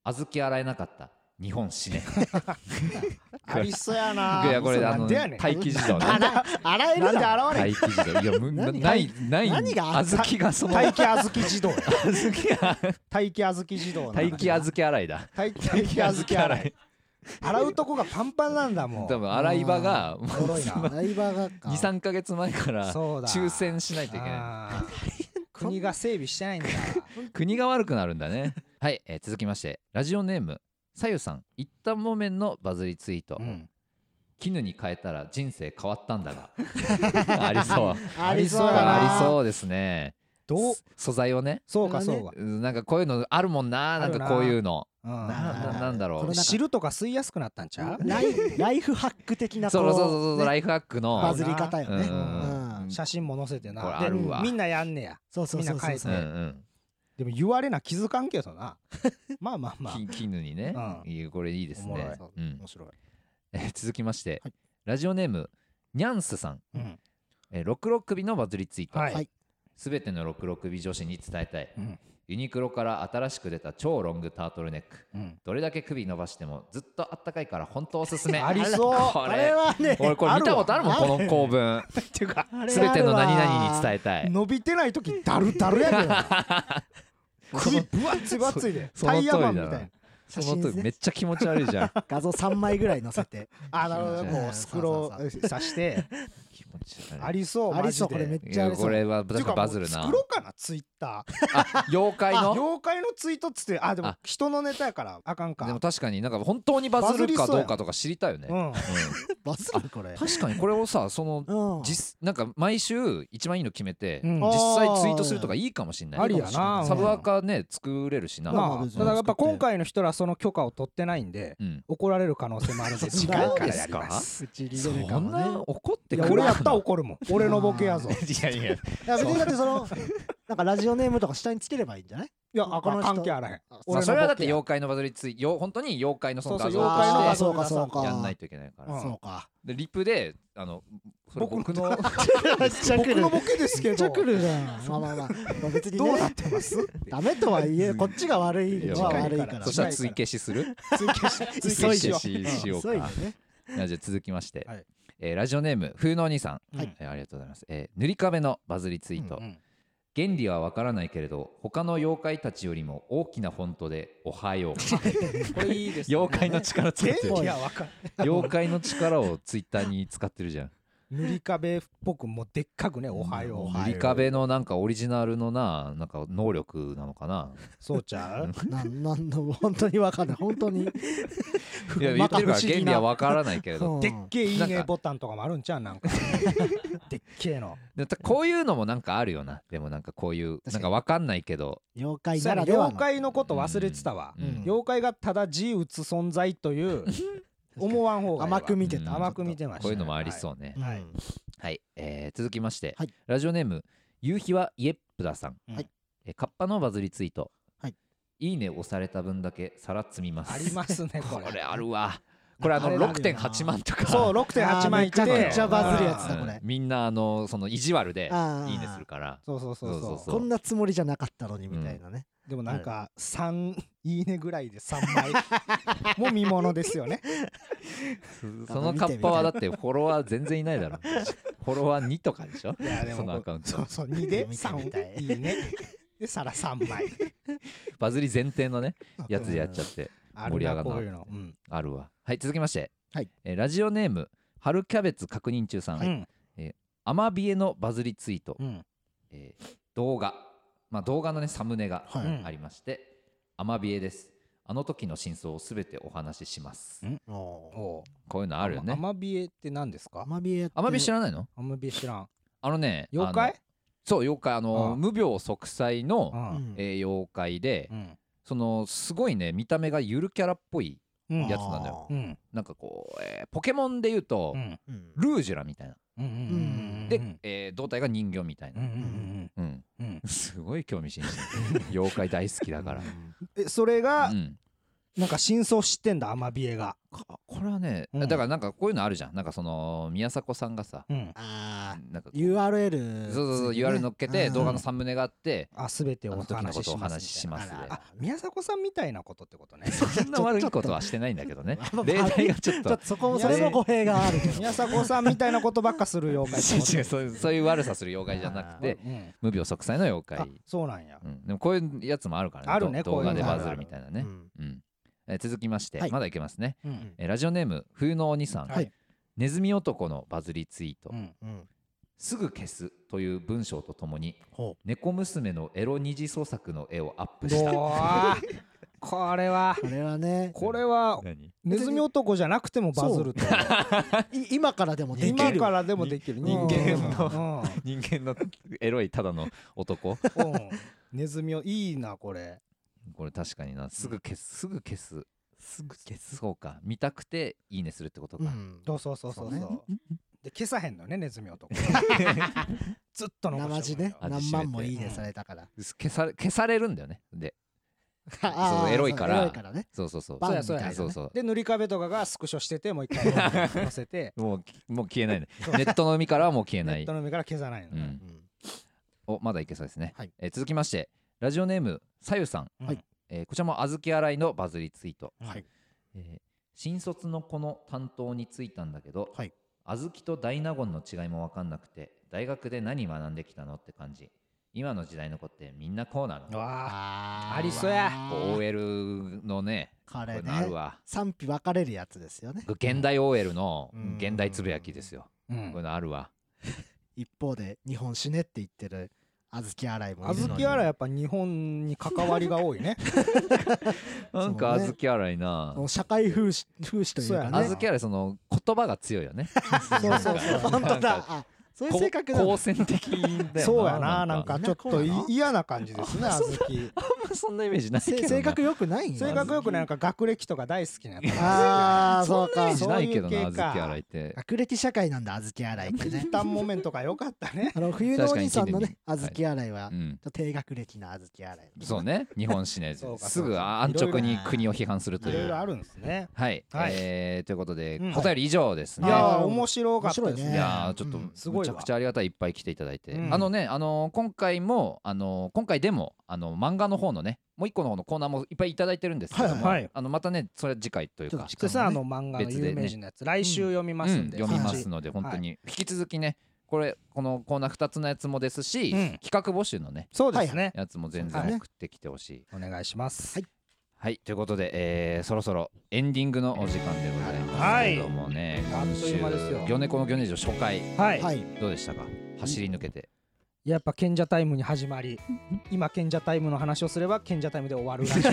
Speaker 2: あずき洗えなかった日本死ね
Speaker 3: ありそうやない
Speaker 2: やこれあ
Speaker 3: な
Speaker 2: の
Speaker 3: んでやねん
Speaker 2: 待機児童ね
Speaker 1: あら洗えるだろ
Speaker 3: なんで現れ
Speaker 2: 待機児童いやむ
Speaker 1: 何
Speaker 2: ないない
Speaker 1: 何があ
Speaker 2: あ
Speaker 1: った
Speaker 2: ずきがその
Speaker 3: 待機あずき児童や
Speaker 2: あずきが
Speaker 3: 待機あずき児童なんだ
Speaker 2: 待機あずき洗いだ
Speaker 3: 待機待機あずき洗い洗うとこがパンパンなんだも
Speaker 2: 多
Speaker 3: う
Speaker 2: 分洗い場がもう
Speaker 3: おもろいな
Speaker 1: ライバーがか
Speaker 2: 23か月前から
Speaker 3: そうだ
Speaker 2: 抽選しないといけない
Speaker 3: あー国が整備してない んだ
Speaker 2: 国が悪くなるんだね はい、えー続きましてラジオネームさゆさん一旦木綿のバズりツイート、
Speaker 3: うん
Speaker 2: 絹に変えたら人生変わったんだがありそう
Speaker 1: ありそ
Speaker 2: こ
Speaker 1: うだ
Speaker 2: れあ
Speaker 1: な
Speaker 2: りそうですね
Speaker 3: どう
Speaker 2: す素材をね
Speaker 3: そうかそうか
Speaker 2: うんなんかこういうのあるもんななんかこういうの
Speaker 3: うん
Speaker 2: な
Speaker 1: ある
Speaker 2: ななんだろ
Speaker 1: これ
Speaker 2: う
Speaker 1: なんか
Speaker 3: 汁とか吸いやすくなったんちゃう
Speaker 1: ライライフハック的な
Speaker 2: そうそうそう
Speaker 1: こ
Speaker 2: そう、
Speaker 1: ね
Speaker 2: ライフハックの
Speaker 1: バズり方よ
Speaker 2: うん
Speaker 1: ねうん
Speaker 3: 写真も載せて
Speaker 2: これ
Speaker 3: な
Speaker 2: あるわ
Speaker 3: でみんなやんねや
Speaker 1: そうそうそう
Speaker 3: みんな書
Speaker 1: そう
Speaker 3: い
Speaker 2: うん
Speaker 3: て
Speaker 2: うん
Speaker 3: でも言われな気づかんけ どなまあまあまあ
Speaker 2: き絹にね、
Speaker 3: う
Speaker 2: いいこれいいです
Speaker 3: おもろ
Speaker 2: ね
Speaker 3: い、
Speaker 2: うん
Speaker 1: 面白い
Speaker 2: えー続きまして、
Speaker 1: はい
Speaker 2: ラジオネームニャンスさん、
Speaker 3: うん
Speaker 2: えー、六六首のバズりツイート、
Speaker 3: はい
Speaker 1: はい
Speaker 2: すべての六六首女子に伝えたい、
Speaker 3: うん
Speaker 2: ユニクロから新しく出た超ロングタートルネック
Speaker 3: うん
Speaker 2: どれだけ首伸ばしてもずっとあったかいから本当おすすめ
Speaker 3: ありそう
Speaker 2: こ
Speaker 1: あれ
Speaker 2: れ
Speaker 1: はね
Speaker 2: 俺これ見たことあるもんこ
Speaker 1: の
Speaker 2: の構文
Speaker 3: っていうか
Speaker 2: すべての何々に伝
Speaker 1: え
Speaker 2: えたい
Speaker 3: 伸びてない時だるだるやけど首分厚い分厚いで
Speaker 2: そ
Speaker 3: タ
Speaker 2: の
Speaker 3: イ
Speaker 2: 通り
Speaker 3: ヤ
Speaker 2: だ
Speaker 3: マ
Speaker 2: な
Speaker 3: ンみたいな
Speaker 2: その
Speaker 1: 写
Speaker 2: 通
Speaker 1: 真で
Speaker 2: り
Speaker 1: す
Speaker 2: め
Speaker 1: ね
Speaker 2: っちゃ気持ち悪いじゃん
Speaker 1: 画像3枚ぐらい載せて
Speaker 3: あなるほどもうスクロ
Speaker 1: そう
Speaker 3: ール刺して
Speaker 2: 気持ち悪い
Speaker 3: ありそう
Speaker 1: あ
Speaker 3: マ
Speaker 1: り
Speaker 3: ジ
Speaker 1: そうこれめ
Speaker 3: で
Speaker 1: っちゃあり
Speaker 2: いや
Speaker 1: そ
Speaker 2: こ
Speaker 1: う
Speaker 2: れは
Speaker 3: てい
Speaker 2: 確
Speaker 3: う
Speaker 2: かにバズる
Speaker 3: もう
Speaker 2: な
Speaker 3: 作ろうかなツイッター
Speaker 2: あ妖怪の
Speaker 3: 妖怪のツイートっつってあでも
Speaker 2: あ
Speaker 3: 人のネタやからあかん
Speaker 2: でも
Speaker 3: か
Speaker 2: 確かになんか本当にバズるかどうかとか知りたいよね、
Speaker 3: うん
Speaker 2: う
Speaker 1: バズるこれ
Speaker 2: ん確かにこれをさその
Speaker 1: うん
Speaker 2: 実なんか毎週一番いいの決めて、
Speaker 3: うん
Speaker 2: 実際ツイートするとかいいかもしんない
Speaker 3: ありやな
Speaker 2: サブアカね作れるしな、
Speaker 1: まあ
Speaker 3: な
Speaker 1: ま
Speaker 3: あ
Speaker 1: あ
Speaker 3: ただやっぱ今回の人らその許可を取ってないんで
Speaker 2: うん、
Speaker 3: 怒られる可能性もあるんで
Speaker 1: そう
Speaker 3: 次回からやります
Speaker 1: うち
Speaker 2: そ
Speaker 1: 入れるか
Speaker 2: ん
Speaker 1: も
Speaker 2: な
Speaker 1: ね
Speaker 2: 怒って
Speaker 3: い
Speaker 2: く
Speaker 3: や
Speaker 2: る
Speaker 3: 俺やったら怒るもん俺のボケや ぞ
Speaker 2: いやいや
Speaker 1: いや別にだってその なんかラジオネームとか下につければいいんじゃない
Speaker 3: いやあ
Speaker 1: この人
Speaker 3: 関係あらへん
Speaker 2: まあ、
Speaker 3: 俺
Speaker 2: そ
Speaker 3: の
Speaker 2: れはだ
Speaker 3: ボ
Speaker 2: って
Speaker 3: ケや
Speaker 2: 妖怪のバズりツイよ本当に妖怪のその
Speaker 3: そう
Speaker 2: 画
Speaker 3: そう
Speaker 2: 像を
Speaker 3: 妖怪の
Speaker 2: 出
Speaker 1: あ
Speaker 2: し
Speaker 1: そうかそう
Speaker 3: あ
Speaker 1: か
Speaker 2: てやんないといけないから、
Speaker 3: うん
Speaker 1: そうか
Speaker 2: でリプであのそれ僕
Speaker 3: 僕
Speaker 2: の
Speaker 1: めっちゃ
Speaker 3: 僕のボケですけ
Speaker 1: めっちゃ
Speaker 3: ど
Speaker 1: 来るじゃんまあまあまあまあ別に
Speaker 3: どうなっ
Speaker 1: ね
Speaker 3: てます
Speaker 1: ダメとはいえこっちが悪いのは悪いから
Speaker 2: そしたら追消しする
Speaker 3: 追加し
Speaker 2: 追
Speaker 1: 急
Speaker 2: 消
Speaker 1: いで
Speaker 2: ししようか、
Speaker 1: 急いでね
Speaker 2: いやじゃあ続きまして、
Speaker 3: はい
Speaker 2: えーラジオネーム風のお兄さん、
Speaker 1: はい
Speaker 2: えーありがとうございます、えー塗り壁のバズりツイート、
Speaker 3: うんうん
Speaker 2: 原理はわからないけれど他の妖怪たちよりも大きなフォントで「おはよう」
Speaker 3: これいいですね
Speaker 2: 妖怪の力ついて
Speaker 3: 元
Speaker 2: る
Speaker 3: 気やわかん
Speaker 2: 妖怪の力をツイッターに使ってるじゃん
Speaker 3: 塗り壁っぽくもうでっかくねおはようおはよう
Speaker 2: 塗り壁のなんかオリジナルのななんか能力なのかな
Speaker 3: そうちゃう
Speaker 1: なんなんの本当にわかんない本当に
Speaker 2: いや言
Speaker 1: ま
Speaker 2: って
Speaker 1: た
Speaker 2: る
Speaker 1: 不
Speaker 2: から原
Speaker 1: 思
Speaker 2: 理
Speaker 1: 議
Speaker 2: は
Speaker 1: な
Speaker 2: わからないけれど、
Speaker 1: うん
Speaker 3: でっけえいい
Speaker 2: なん
Speaker 3: ね
Speaker 2: か
Speaker 3: ボタンとかもあるんちゃうなんか でっけえの
Speaker 2: でたこういうのもなんかあるよなでもなんかこういうなん
Speaker 1: 確かに
Speaker 2: かわかんないけど、
Speaker 1: 妖怪
Speaker 3: そうや
Speaker 1: な
Speaker 3: な
Speaker 1: らでは
Speaker 3: 妖
Speaker 1: の
Speaker 3: 怪のこと忘れてたわ
Speaker 2: うん
Speaker 1: うん
Speaker 3: 妖怪がただ字打つ存在という思わん方がいいわ
Speaker 1: 甘く見て
Speaker 2: うん
Speaker 1: た
Speaker 3: 甘く見てました
Speaker 2: こういうのもありそうね、
Speaker 1: は
Speaker 3: はいい
Speaker 2: はい、えー続きまして、
Speaker 1: はい
Speaker 2: ラジオネーム夕日はイエップダさん、
Speaker 1: はい
Speaker 2: えーカッパのバズリツイート、
Speaker 1: はい、
Speaker 2: いいね押された分だけ皿積みます
Speaker 3: あります ねこ
Speaker 2: こ
Speaker 3: れ
Speaker 2: れあるわこれあの
Speaker 1: あれあるよな
Speaker 2: 6.8万とか
Speaker 3: そう6.8万いっ て
Speaker 1: あーめちゃくちゃバズるやつ
Speaker 2: う
Speaker 1: だ
Speaker 2: ん
Speaker 1: これ
Speaker 2: みんなあのその意地悪で
Speaker 1: あー
Speaker 2: いいねするから
Speaker 3: そうそうそう
Speaker 2: そうそう
Speaker 3: そ
Speaker 2: そう
Speaker 1: こんなつもりじゃなかったのにみたいなね
Speaker 3: でもなんか3いいねぐらいで3枚 もう見ものですよね
Speaker 2: そのカッパはだってフォロワー全然いない だろフォロワー2とかでしょ
Speaker 3: いやでも
Speaker 2: そのアカウン
Speaker 3: そ
Speaker 2: ト
Speaker 3: うそう2で
Speaker 1: 見てみた
Speaker 3: 3
Speaker 1: い
Speaker 3: いいねで皿3枚
Speaker 2: バズり前提のねやつでやっちゃって
Speaker 3: あ
Speaker 2: 盛
Speaker 3: る
Speaker 2: り上が
Speaker 3: な
Speaker 2: るな
Speaker 3: こういうのうん
Speaker 2: あるわはい続きまして、
Speaker 1: はい
Speaker 2: えーラジオネーム春キャベツ確認中さん、
Speaker 3: うん
Speaker 2: アマビエのバズりツイート、
Speaker 3: うん
Speaker 2: えー動画、まあ、動画のねサムネが
Speaker 1: はい
Speaker 2: ありまして、アマビエですあの時の真相をすべてお話しします
Speaker 3: うん
Speaker 1: おー
Speaker 3: おう
Speaker 2: こういうのあるよね
Speaker 3: アマビエって何ですか
Speaker 1: アマビエ
Speaker 2: アマビエ知らないの
Speaker 3: アマビエ知らん
Speaker 2: あのね
Speaker 3: 妖
Speaker 2: あの
Speaker 3: 怪
Speaker 2: そう妖怪あの
Speaker 3: ああ
Speaker 2: 無病息災
Speaker 3: う
Speaker 2: の、
Speaker 1: うんん
Speaker 2: えー妖怪で、
Speaker 3: うん
Speaker 2: そのすごいね見た目がゆるキャラっぽい
Speaker 3: うん
Speaker 2: やつなんだよ
Speaker 1: あ
Speaker 3: う
Speaker 1: ー
Speaker 3: ん
Speaker 2: なんかこう、えーポケモンで言うと、
Speaker 3: うん
Speaker 1: うん
Speaker 2: ルージュラみたいな
Speaker 3: うんうんうん
Speaker 2: で、
Speaker 3: うん
Speaker 2: えー胴体が人形みたい
Speaker 3: うんう
Speaker 2: な、
Speaker 3: ん
Speaker 2: うん
Speaker 3: うんうん
Speaker 2: すごい興味津々妖怪大好きだから、
Speaker 3: えそれが
Speaker 2: うん、
Speaker 3: なんか真相知ってんだアマビエが
Speaker 2: かこれはね、
Speaker 3: う
Speaker 2: だ
Speaker 3: ん
Speaker 2: からなんかこういうのあるじゃんなんかその宮迫さんがさ
Speaker 3: うん
Speaker 1: あ
Speaker 2: なんかこ
Speaker 1: ー
Speaker 2: うそ
Speaker 1: URL
Speaker 2: うそうそう URL 乗っけて
Speaker 1: うん
Speaker 2: 動画のサムネがあって
Speaker 3: あ全て
Speaker 2: あ
Speaker 3: お
Speaker 2: の時の
Speaker 3: 話
Speaker 2: こ
Speaker 3: し
Speaker 2: とをお
Speaker 3: します
Speaker 2: 話ししますで
Speaker 1: みたいな
Speaker 3: あ宮迫さんみたいなことってこと ね
Speaker 2: そんな悪いことはしてないんだけどね
Speaker 1: ちょっと
Speaker 2: 例題がちょっ
Speaker 1: ちょっ
Speaker 2: と
Speaker 1: とそこもそれも語弊があるけど
Speaker 3: 宮迫さんみたいなことばっかする妖怪ってこと
Speaker 2: 違う違うそういうそういう悪さする妖怪じゃなくて
Speaker 3: うん
Speaker 2: 無病息災の妖怪
Speaker 3: あ、そうなんや
Speaker 2: うん、でもこういうやつもあるからね
Speaker 3: あるね
Speaker 2: ど
Speaker 3: こ
Speaker 2: 動
Speaker 3: ういう
Speaker 2: 画
Speaker 3: の
Speaker 2: でバズるみたいなね
Speaker 1: う、ん
Speaker 2: うんえー続きまして、
Speaker 1: はい
Speaker 2: まだいけますね、
Speaker 3: うん
Speaker 2: えーラジオネーム冬のお兄さん、
Speaker 3: はい
Speaker 2: ネズミ男のバズりツイート、
Speaker 3: うん
Speaker 1: うん
Speaker 2: すぐ消すという文章とともに
Speaker 1: ほ
Speaker 2: 猫娘のエロ二次創作の絵をアップした
Speaker 3: うわーこれは
Speaker 1: うこれ はね
Speaker 3: これは
Speaker 2: 何
Speaker 3: ネズミ男じゃなくてもバズると
Speaker 1: い今からでもでき
Speaker 3: 今
Speaker 1: る
Speaker 3: からでもできる
Speaker 1: 人間
Speaker 3: の
Speaker 2: 人間の エロいただの男
Speaker 3: ネズミをいいなこれ
Speaker 2: これ確かになすぐ消すすぐ消すすぐ消すそうか見たくていいねするってことか、
Speaker 1: うん
Speaker 3: そうそうそうそう
Speaker 1: そうね
Speaker 3: そうで消さへんのよねネズミ男ずっと残
Speaker 1: 生
Speaker 3: し
Speaker 1: 地
Speaker 3: て
Speaker 1: ね
Speaker 2: 味しめて
Speaker 1: 何万もいいねされたから
Speaker 2: 消され消されるんだよねで
Speaker 1: あ
Speaker 2: そう
Speaker 1: ー
Speaker 2: エロいから
Speaker 1: そうエロいからね
Speaker 2: そうそうそう
Speaker 1: バンみた
Speaker 3: そう
Speaker 1: い
Speaker 3: や
Speaker 1: な、ね、
Speaker 2: そうそう
Speaker 3: で塗り壁とかがスクショしててもう一回載せて
Speaker 2: もうきもう消えない ねネットの海からはもう消え
Speaker 3: ネ
Speaker 2: な
Speaker 3: ッ
Speaker 2: い
Speaker 3: トの上から消さないの、
Speaker 2: う
Speaker 1: うんん
Speaker 2: おまだいけそうですね、
Speaker 1: はい
Speaker 2: えー続きましてラジオネームさゆさん、
Speaker 3: はい
Speaker 2: えーこちらも小豆洗いのバズりツイート、
Speaker 1: はい
Speaker 2: えー新卒の子の担当に就いたんだけど、
Speaker 1: はい
Speaker 2: 小豆と大納言の違いも分かんなくて大学で何学んできたのって感じ今の時代の子ってみんなこうな
Speaker 3: う
Speaker 2: の
Speaker 3: わ
Speaker 1: あー
Speaker 3: ありそうや
Speaker 2: こう OL のね
Speaker 1: こ
Speaker 2: こ
Speaker 1: れ
Speaker 2: れのあ
Speaker 1: ね
Speaker 2: るわ
Speaker 1: 賛否分かれるやつですよね
Speaker 2: これ現代 OL の
Speaker 3: うん
Speaker 2: 現代つぶやきですよ
Speaker 3: ーう
Speaker 2: こうんいうのあるわ
Speaker 1: 一方で日本死ねって言ってる小豆洗いもいる
Speaker 3: 小
Speaker 1: のに
Speaker 3: 豆洗いやっぱ日本に関わりが多いね
Speaker 2: なんか
Speaker 1: そうね
Speaker 2: 小豆洗いな
Speaker 1: その社会風刺風刺というか
Speaker 3: そうやね
Speaker 1: ね
Speaker 2: 小豆洗いその言葉が強いよね
Speaker 3: そうそうそう
Speaker 1: 本当
Speaker 2: なん
Speaker 1: だ
Speaker 2: か
Speaker 1: あそういう性格な
Speaker 2: 好
Speaker 1: の
Speaker 2: 戦的だよな
Speaker 3: そうやななんか
Speaker 1: なん
Speaker 3: ちょ
Speaker 1: か
Speaker 3: っとい
Speaker 1: こうなの
Speaker 3: 嫌な感じですね小豆
Speaker 2: あんまそんなイメージないけど
Speaker 1: せ
Speaker 2: な
Speaker 1: 性格良くないんや
Speaker 3: 性格よくないなんか学歴とか大好きなやつ
Speaker 1: ああそ
Speaker 2: そ
Speaker 1: うん
Speaker 2: なイメー
Speaker 1: か
Speaker 2: ジないけどな
Speaker 3: そういう
Speaker 2: 小
Speaker 3: 系か
Speaker 2: 豆洗いって
Speaker 1: 学歴社会なんだ小豆洗いってね
Speaker 3: 一旦もめんとかよかったね
Speaker 1: あの冬のお兄さんの
Speaker 2: 確
Speaker 1: ね小
Speaker 2: かに聞いてみ
Speaker 1: 豆洗いは
Speaker 2: うん
Speaker 1: 低学歴な小豆洗い
Speaker 2: そうね日本史ね
Speaker 3: そうか
Speaker 2: す
Speaker 3: そう
Speaker 2: ぐ
Speaker 3: か
Speaker 2: 安直
Speaker 1: いろ
Speaker 2: に
Speaker 1: いろな
Speaker 2: 国を批判すると
Speaker 3: い
Speaker 2: い
Speaker 3: ろいうろあるんですね
Speaker 2: はい、
Speaker 3: はい
Speaker 2: えーということで、
Speaker 3: うん
Speaker 2: 答えり以上ですね、
Speaker 3: い
Speaker 1: は
Speaker 3: やー面白かったです
Speaker 1: 面白
Speaker 2: い
Speaker 1: ね
Speaker 2: やーちょっ
Speaker 1: うん
Speaker 2: と
Speaker 3: すご
Speaker 2: む
Speaker 3: い
Speaker 2: ち
Speaker 3: わ
Speaker 2: ゃくちゃありがたいいっぱい来ていただいて、
Speaker 3: うん
Speaker 2: あのねあのー今回もあのー今回でもあの漫画の方のねもう一個の方のコーナーもいっぱいいただいてるんですけども、
Speaker 3: はいはい
Speaker 2: あのまたねそれは次回という
Speaker 1: ちょっ
Speaker 2: か
Speaker 1: と時
Speaker 3: そ
Speaker 1: 間
Speaker 3: れさあの漫画の有名人のやつ来週読み
Speaker 2: う
Speaker 3: ま
Speaker 2: ん
Speaker 3: すんで
Speaker 2: 読みま
Speaker 1: は
Speaker 2: すので本当に引き続きねこれこのコーナー2つのやつもですし、
Speaker 3: うん
Speaker 2: 企画募集のね
Speaker 3: そうですね
Speaker 2: やつも全
Speaker 1: そうです
Speaker 2: 然
Speaker 1: ね
Speaker 2: 送ってきてほしい。
Speaker 3: お願いします
Speaker 2: はいということで、えーそろそろエンディングのお時間でございますけどもね、
Speaker 3: はいあっという間ですよ
Speaker 2: 今週魚猫の魚ネジョ初回
Speaker 3: はい
Speaker 1: はい
Speaker 2: どうでしたか走り抜け て
Speaker 3: やっぱ賢者タイムに始まり今賢者タイムの話をすれば賢者タイムで終わるらしい
Speaker 2: 絶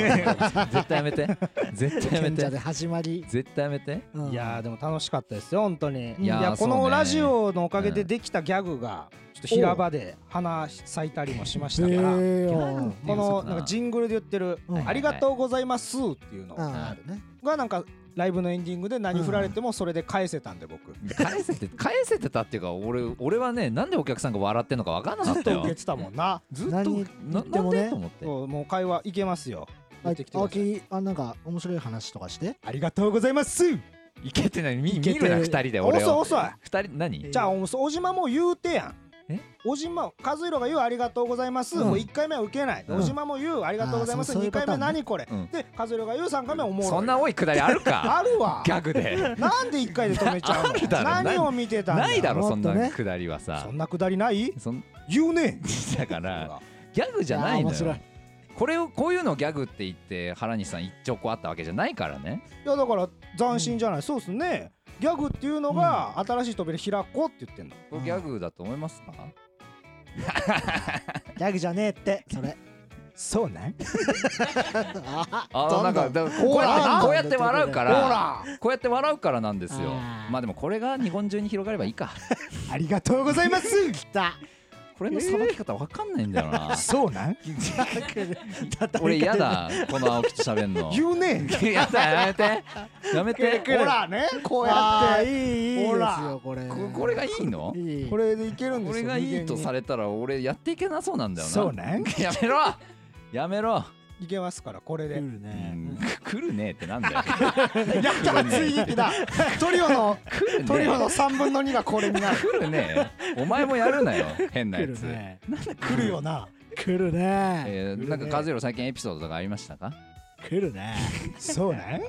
Speaker 2: 対やめて 絶対やめ
Speaker 1: 賢者で
Speaker 2: て
Speaker 1: 始まり
Speaker 2: 絶対やめて
Speaker 1: うん
Speaker 3: いやーでも楽しかったですよ本当に
Speaker 2: い
Speaker 3: い
Speaker 2: やー
Speaker 3: や
Speaker 2: そ
Speaker 3: こ
Speaker 2: うね
Speaker 3: のラジオのおかげでできたギャグがちょっと平場で花咲いたりもしましたか
Speaker 1: へ
Speaker 3: ら
Speaker 1: ー
Speaker 2: ギャグ
Speaker 1: うん
Speaker 3: このなんかジングルで言ってる
Speaker 1: う
Speaker 3: 「
Speaker 1: ん
Speaker 3: ありがとうございます」っていうの
Speaker 1: ああるね
Speaker 3: がなんかライブのエンディングで何振られてもそれで返せたんで僕
Speaker 2: 返せて返せてたっていうか俺俺はねなんでお客さんが笑ってんのか分かんなか
Speaker 3: ず
Speaker 2: っ
Speaker 3: ったと
Speaker 2: よ
Speaker 3: 受けてたもんな
Speaker 2: ずっと
Speaker 1: 何
Speaker 2: な
Speaker 1: 言っても
Speaker 2: なん
Speaker 1: ね
Speaker 2: でと思って
Speaker 3: そうもう会話いけますよ言ってきてく
Speaker 1: 青
Speaker 3: ださい
Speaker 1: 木あなんか面白い話とかして
Speaker 3: ありがとうございます
Speaker 2: いけてない見
Speaker 1: いけ
Speaker 2: 見
Speaker 1: て
Speaker 2: るな2人で俺
Speaker 3: 遅い
Speaker 2: を
Speaker 3: 遅い
Speaker 2: 2人何
Speaker 3: じゃあお小島も言うてやん
Speaker 2: え
Speaker 3: 小島和弘が言うありがとうございます、
Speaker 1: うん
Speaker 3: もう1回目は受けない、
Speaker 2: うん
Speaker 3: 小島も言うありがとうございま
Speaker 1: あ
Speaker 3: す
Speaker 1: ーそう
Speaker 3: 二
Speaker 1: いうパ
Speaker 3: 回
Speaker 1: タ
Speaker 3: 目
Speaker 1: ーンね
Speaker 3: 何これ、
Speaker 2: うん
Speaker 3: で和弘が言う3回目おもろい
Speaker 2: そんな多いくだりある か
Speaker 3: あるわ
Speaker 2: ギャグで
Speaker 3: なんで1回で止めちゃう
Speaker 2: あるだろな
Speaker 3: の
Speaker 2: い
Speaker 3: 何を見てたんだ
Speaker 2: ないだろそん
Speaker 1: もっと
Speaker 2: な
Speaker 1: ね
Speaker 2: くだりはさ
Speaker 3: そんなくだりない
Speaker 2: そん
Speaker 3: 言うね
Speaker 2: だからギャグじゃない
Speaker 1: や
Speaker 2: の
Speaker 1: 面白
Speaker 2: よ
Speaker 1: い
Speaker 2: これをこういうのをギャグって言って原西さん一丁こうあったわけじゃないからね
Speaker 3: いやだから斬新じゃない、そうっすねギャグっていうのが新しい扉開こうって言ってんの、
Speaker 2: これギャグだと思いますか
Speaker 1: ギャグじゃねえって それ
Speaker 3: そうね
Speaker 1: あ
Speaker 2: あ
Speaker 1: ど
Speaker 2: ーなん
Speaker 1: ど
Speaker 2: かだからこうやっ
Speaker 1: ほら
Speaker 2: てこうやって笑うか
Speaker 3: ほ
Speaker 2: ら
Speaker 3: ら
Speaker 2: こうやって笑うからなんですよ
Speaker 1: あー
Speaker 2: まあでもこれが日本中に広がればいいか
Speaker 3: ありがとうございます
Speaker 1: 来た
Speaker 2: これのさばき方わかんないんだよな、
Speaker 3: そうなん
Speaker 2: 俺嫌だこの青木と喋んの
Speaker 3: 言うね
Speaker 2: やだやめてやめて
Speaker 3: ほらねこうや
Speaker 1: あ
Speaker 3: っ
Speaker 1: ー
Speaker 3: て
Speaker 1: いいいいです
Speaker 3: ほら
Speaker 1: よこれ
Speaker 2: ここれがい いの
Speaker 1: いい
Speaker 3: これでいけるんで
Speaker 2: こ
Speaker 3: す
Speaker 2: れ
Speaker 3: よ
Speaker 2: がいいとさ
Speaker 3: れ
Speaker 2: れたら俺やっていけなそうなんだよな
Speaker 3: そうね
Speaker 2: やめろやめろ、
Speaker 3: いけますからこれ
Speaker 1: 来
Speaker 3: で
Speaker 1: る
Speaker 2: う
Speaker 1: ね
Speaker 2: ん、来るねってなんだよ
Speaker 3: やったついにだ トリオの
Speaker 2: 来る
Speaker 3: トリ オ
Speaker 2: ね
Speaker 3: の3分の2がこれになる
Speaker 2: 来るねお前もやるなよ変な
Speaker 1: 来
Speaker 2: や
Speaker 1: る
Speaker 2: つ、
Speaker 1: ね
Speaker 3: 来るよな
Speaker 1: 来るね
Speaker 2: えーなんか和弘最近エピソードとかありましたか
Speaker 1: 来るね
Speaker 3: そうね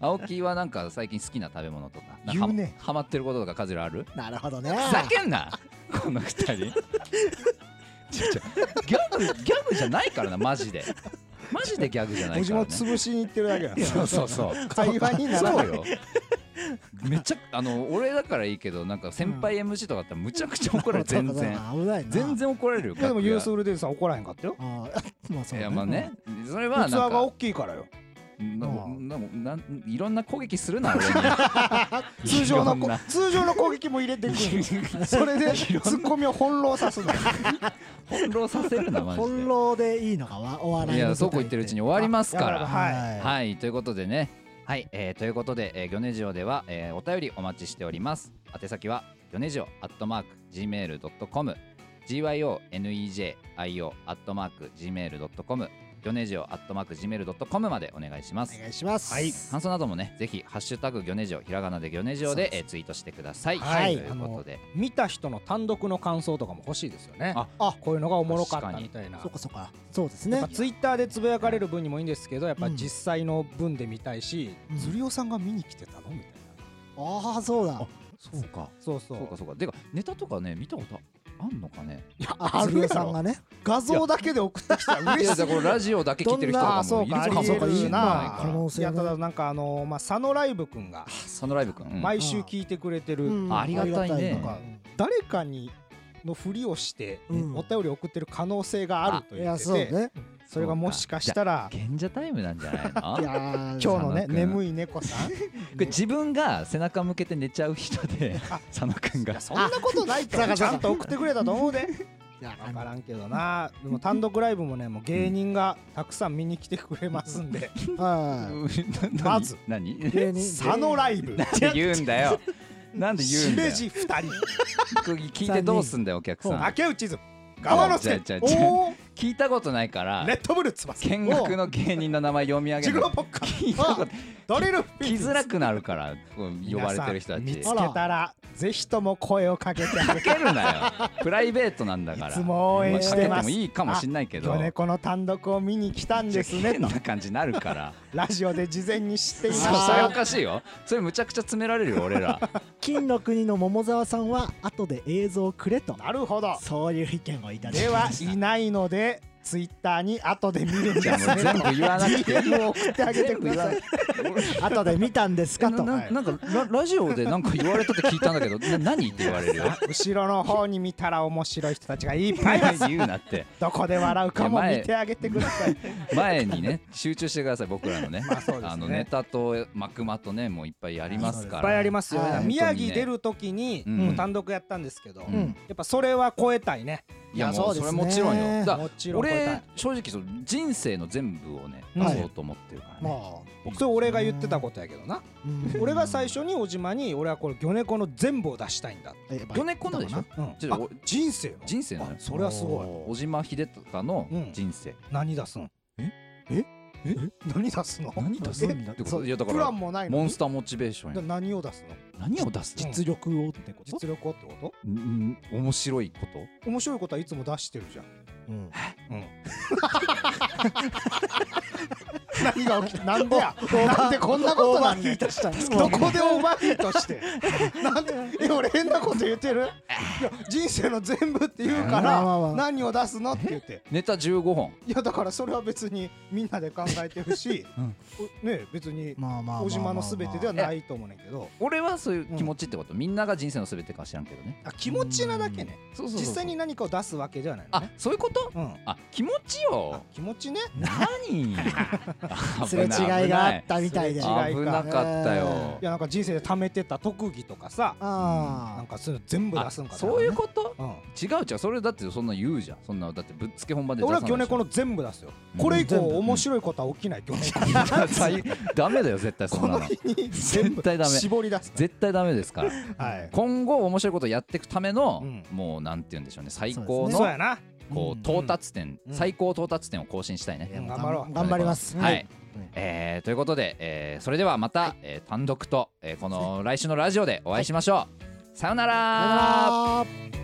Speaker 2: 青木はなんか最近好きな食べ物とかなんか
Speaker 3: 言うね
Speaker 2: ハマってることとか和弘ある
Speaker 1: なるほどね
Speaker 2: ふざけんなこの二人ちょちょギャグギャグじゃないからなマジでマジでギャグじゃない
Speaker 3: 文字
Speaker 2: から、
Speaker 3: も
Speaker 2: ね、
Speaker 3: 潰しに行ってるだけだ
Speaker 2: そうそうそう
Speaker 3: 会話にならな
Speaker 2: そう
Speaker 3: い
Speaker 2: よめちゃあの俺だからいいけどなんか先輩 MC とかだったらむちゃくちゃ怒られる全
Speaker 1: そうだ
Speaker 2: 然
Speaker 1: な危ないな
Speaker 2: 全然怒られるよ
Speaker 3: でも
Speaker 2: 楽屋
Speaker 3: ユースフルデイズさん怒らへんかったよ
Speaker 1: あー まあそう
Speaker 2: い
Speaker 1: ね
Speaker 2: やまあねそれは
Speaker 3: 器
Speaker 2: なん
Speaker 3: が
Speaker 2: か
Speaker 3: 大きいからよ
Speaker 2: な
Speaker 1: まあ
Speaker 2: なんなんいろんな攻撃するな俺に
Speaker 3: 通常の
Speaker 2: いろん
Speaker 3: こ
Speaker 2: な
Speaker 3: 通常の攻撃も入れてくるそれでツッコミを翻弄さすの
Speaker 2: 翻弄させるなマジ
Speaker 1: 翻弄でいいのかわお
Speaker 2: で
Speaker 1: 笑
Speaker 2: い
Speaker 1: い
Speaker 2: や
Speaker 1: の舞台
Speaker 2: そうこう言ってるうちに終わりますか
Speaker 3: あやば
Speaker 2: ら
Speaker 3: いやばいはい
Speaker 1: は
Speaker 2: はいということでねはい、えーということで、えー、ギョネジオでは、えーお便りお待ちしております宛先はギョネジオアットマーク Gmail.com gyonejio アットマーク Gmail.com ギョネジオアットマーク Gmail.com までお願いします
Speaker 1: お願いします。
Speaker 3: はい
Speaker 2: 感想などもねぜひハッシュタグギョネジオひらがなでギョネジオでえーツイートしてください、
Speaker 1: はい
Speaker 2: ということで
Speaker 3: 見た人の単独の感想とかも欲しいですよね
Speaker 2: あ
Speaker 1: あ
Speaker 3: こういうのがおもろかった
Speaker 2: 確かに
Speaker 3: みたいな
Speaker 1: そうかそうか。そうです
Speaker 3: やっ
Speaker 1: ね
Speaker 3: ぱ。ツイッターでつぶやかれる分にもいいんですけどやっぱ
Speaker 1: うん
Speaker 3: 実際の分で見たいし、
Speaker 1: うん
Speaker 3: ずりおさんが見に来てたのみたいな
Speaker 1: ああそうだ。
Speaker 2: そうか
Speaker 3: そうそう
Speaker 2: そうかそうかでかネタとかね見たことあんのかね
Speaker 3: いや
Speaker 1: あずりおさんがね。画像だけで送ってきたら
Speaker 2: いや
Speaker 1: 嬉しい
Speaker 2: だ。からこれラジオだけ聞いてる人と
Speaker 3: あ
Speaker 2: か
Speaker 3: あそ
Speaker 2: も
Speaker 3: う
Speaker 2: いる
Speaker 3: か
Speaker 2: か
Speaker 3: あり
Speaker 2: もしれ
Speaker 1: そう
Speaker 3: え
Speaker 1: か
Speaker 3: る
Speaker 2: ない
Speaker 3: な
Speaker 2: か
Speaker 1: 可能
Speaker 2: ら
Speaker 1: 性
Speaker 3: いや
Speaker 1: が
Speaker 3: ただなんかあのまあ佐野ライブくんが
Speaker 2: サノライブくん、うん
Speaker 3: 毎週聞いてくれてる、
Speaker 1: うん
Speaker 2: ありがたいね
Speaker 1: あり
Speaker 3: なんか誰かにのふりをして
Speaker 1: うん
Speaker 3: お便り送ってる可能性があると
Speaker 1: い
Speaker 3: 言
Speaker 1: や
Speaker 3: って
Speaker 1: そう
Speaker 3: て、
Speaker 1: ね。
Speaker 3: それがもしかしたら
Speaker 2: 賢者タイムなんじゃないの
Speaker 1: いや
Speaker 2: じゃ
Speaker 3: 今
Speaker 2: あ
Speaker 3: 日のね
Speaker 2: 佐野君
Speaker 3: 眠い猫さん
Speaker 2: これ自分が背中向けて寝ちゃう人で
Speaker 3: あ
Speaker 2: 佐野くんが
Speaker 3: そんなことないと
Speaker 1: そうかそうか
Speaker 3: ちゃんと送ってくれたと思うで
Speaker 1: いや
Speaker 3: 分からんけどなでも単独ライブもねもう芸人がたくさん見に来てくれます んで
Speaker 1: は
Speaker 3: まず
Speaker 2: 何
Speaker 1: い。
Speaker 2: 何
Speaker 1: 芸人
Speaker 3: 佐野ライブ
Speaker 2: なんで言うんだよなんで言う
Speaker 3: し
Speaker 2: んだ
Speaker 3: め
Speaker 2: よ
Speaker 3: じ2人
Speaker 2: 聞いてどうすんだよお客さん
Speaker 3: 竹内ズム川之助
Speaker 2: じゃあじゃあじゃあ
Speaker 3: おー
Speaker 2: 聞いたことないから
Speaker 3: レッドブル翼
Speaker 2: 見学の芸人の名前読み上げ
Speaker 3: ジ
Speaker 2: る
Speaker 3: グロ
Speaker 2: の
Speaker 3: ポッカ
Speaker 2: 聞いたこと
Speaker 3: ドリルフィ
Speaker 2: 聞き
Speaker 3: ン
Speaker 2: づらくなるからこう呼ばれてる人たち
Speaker 3: 皆
Speaker 2: つ
Speaker 3: さん見つけたらぜひとも声をかけて あげて
Speaker 2: けるなよプライベートなんだから
Speaker 3: いつも応援して
Speaker 2: まあかけても
Speaker 3: ます
Speaker 2: いいかもしんないけど
Speaker 3: 今日ねこの単独を見に来たんですね
Speaker 2: 変
Speaker 3: と
Speaker 2: な感じになるから
Speaker 3: ラジオで事前に知っていまし
Speaker 2: そうそれお
Speaker 3: た
Speaker 2: かしいよそれむちゃくちゃ詰められるよ俺 ら
Speaker 1: 金の国の桃沢さんは後で映像をくれと。
Speaker 3: なるほど
Speaker 1: そういう意見をいただき
Speaker 3: で
Speaker 1: ま
Speaker 3: は
Speaker 1: した
Speaker 3: いないのでツイッターに後で見るん
Speaker 2: じゃ
Speaker 3: で
Speaker 2: あも
Speaker 3: す
Speaker 2: う全部言わなくて
Speaker 3: DM を送ってあげて
Speaker 2: 全部
Speaker 3: くだ
Speaker 2: 言わ
Speaker 3: さ
Speaker 2: ないく
Speaker 1: 後で見たんです
Speaker 2: て
Speaker 1: か
Speaker 2: な
Speaker 1: と。
Speaker 2: ななんかララジオでなんか言われたって聞いたんだけどな何って言われるよ
Speaker 3: 後ろの方に見たら面白い人たちがい っぱいいます
Speaker 2: 言うなって
Speaker 3: どこで笑うかも
Speaker 2: いや前
Speaker 3: 見てあげてください
Speaker 2: 前にね集中してください僕らのね
Speaker 3: まあそうですね
Speaker 2: のネタと幕間とねもういっぱいやります
Speaker 3: い
Speaker 2: か
Speaker 3: っ
Speaker 2: ら
Speaker 3: ぱいありますよ、
Speaker 1: はい
Speaker 3: だから
Speaker 2: 本
Speaker 3: 宮
Speaker 2: 当にね
Speaker 3: 城出る時に、
Speaker 2: うん
Speaker 3: もう単独やったんですけど、
Speaker 2: うん
Speaker 3: やっぱそれは超えたいね
Speaker 2: いや
Speaker 1: いや
Speaker 2: も
Speaker 1: そううで
Speaker 2: そ
Speaker 1: す
Speaker 2: れ
Speaker 1: ね
Speaker 2: もちろんよだ
Speaker 3: もちろん超え
Speaker 2: 俺
Speaker 3: たい
Speaker 2: 正直その人生の全部をね出
Speaker 3: はい
Speaker 2: そうと思ってるから
Speaker 1: ま
Speaker 2: ね
Speaker 1: あ
Speaker 2: うん
Speaker 3: それ俺が言ってたことやけどな、
Speaker 1: うん
Speaker 3: 俺が最初に小島に俺はこれ魚猫の全部を出したいんだ、
Speaker 1: えば
Speaker 2: 魚猫のでしょ
Speaker 3: うん
Speaker 2: ちょっと
Speaker 3: あ人生の
Speaker 2: 人生の
Speaker 3: あそれはすごい
Speaker 2: 小島秀隆の人生
Speaker 3: 何出すん
Speaker 2: え
Speaker 3: ええ何出すの
Speaker 2: 何出す
Speaker 3: え
Speaker 2: んだってこといやだか
Speaker 3: プラ
Speaker 2: ら
Speaker 3: ンもない
Speaker 2: モ
Speaker 3: のに
Speaker 2: ンスターモチベーション
Speaker 3: で
Speaker 2: や
Speaker 3: 何を出すの
Speaker 2: 何を出すの
Speaker 1: 実力をってこと。
Speaker 3: 実力をってこ
Speaker 2: うん面白いこと
Speaker 3: と面白いことはいつも出してるじゃん、
Speaker 1: うん
Speaker 3: うん、何が起きなんでや なんでこんなこ
Speaker 1: オ
Speaker 3: と
Speaker 1: ー
Speaker 3: な
Speaker 1: バ
Speaker 3: ん
Speaker 1: ーヒ
Speaker 3: ね
Speaker 1: ー
Speaker 3: ん
Speaker 1: トしたんですけど
Speaker 3: どこでオーバーヒートしてなんでえ俺変なこと言ってるいや人生の全部って言うか
Speaker 1: まあまあま
Speaker 3: ら
Speaker 1: あ
Speaker 3: 何を出すのって言って
Speaker 2: ネタ15本
Speaker 3: いやだからそれは別にみんなで考えてるし、
Speaker 2: うん
Speaker 3: おね別に
Speaker 1: まあまあまあまあまあ
Speaker 3: 小島のすべてではないと思うねんけど
Speaker 2: 俺はそういう気持ちってことみんなが人生の全てかは知らんけどね
Speaker 3: あ気持ちなだけね
Speaker 2: そうそうそう
Speaker 3: 実際に何かを出すわけではないの
Speaker 2: あ
Speaker 3: ね
Speaker 2: そういうこと
Speaker 3: うん
Speaker 2: あ気持ち
Speaker 3: あ
Speaker 2: よ
Speaker 3: 気持ちね
Speaker 2: 何
Speaker 1: すれ違いがあったみたいで。
Speaker 3: す
Speaker 2: 危
Speaker 3: れ違い
Speaker 1: あ
Speaker 2: ない危なかったよ
Speaker 3: いやなんか人生で貯めてた特技とかさなん
Speaker 1: あ
Speaker 3: かそういうの全部
Speaker 2: あ
Speaker 3: 出すんかとかね
Speaker 2: そういうこと
Speaker 3: うん
Speaker 2: 違う違うそれだってそんな言うじゃんそんなだってぶっつけ本番で出
Speaker 3: 俺
Speaker 2: さ
Speaker 3: は
Speaker 2: ないでし
Speaker 3: 魚
Speaker 2: ょ
Speaker 3: 猫の全部出すよ
Speaker 2: うん
Speaker 3: これ以降
Speaker 1: 全部
Speaker 3: 面白いことは起 きない魚猫
Speaker 2: 最ダメだよ絶対そ
Speaker 3: こ
Speaker 2: んな
Speaker 3: の
Speaker 2: の
Speaker 3: 日に全
Speaker 2: 絶
Speaker 3: 部
Speaker 2: 対ダメ
Speaker 3: 絞り出す
Speaker 2: 絶対ダメですから
Speaker 3: はい
Speaker 2: 今後面白いことやっていくための、
Speaker 3: うん
Speaker 2: もうなんて言うんでしょうね最高
Speaker 1: そ
Speaker 3: そう
Speaker 2: の
Speaker 3: やな
Speaker 2: こう
Speaker 1: うん
Speaker 2: 到達点、
Speaker 3: うん
Speaker 2: 最高到達点を更新したいね、
Speaker 1: いやも
Speaker 3: 頑張ろう
Speaker 1: 頑張ります。
Speaker 2: はい、。えーということで、えーそれではまた、えー単独と、えーこの来週のラジオでお会いしましょう、さようなら
Speaker 1: さよなら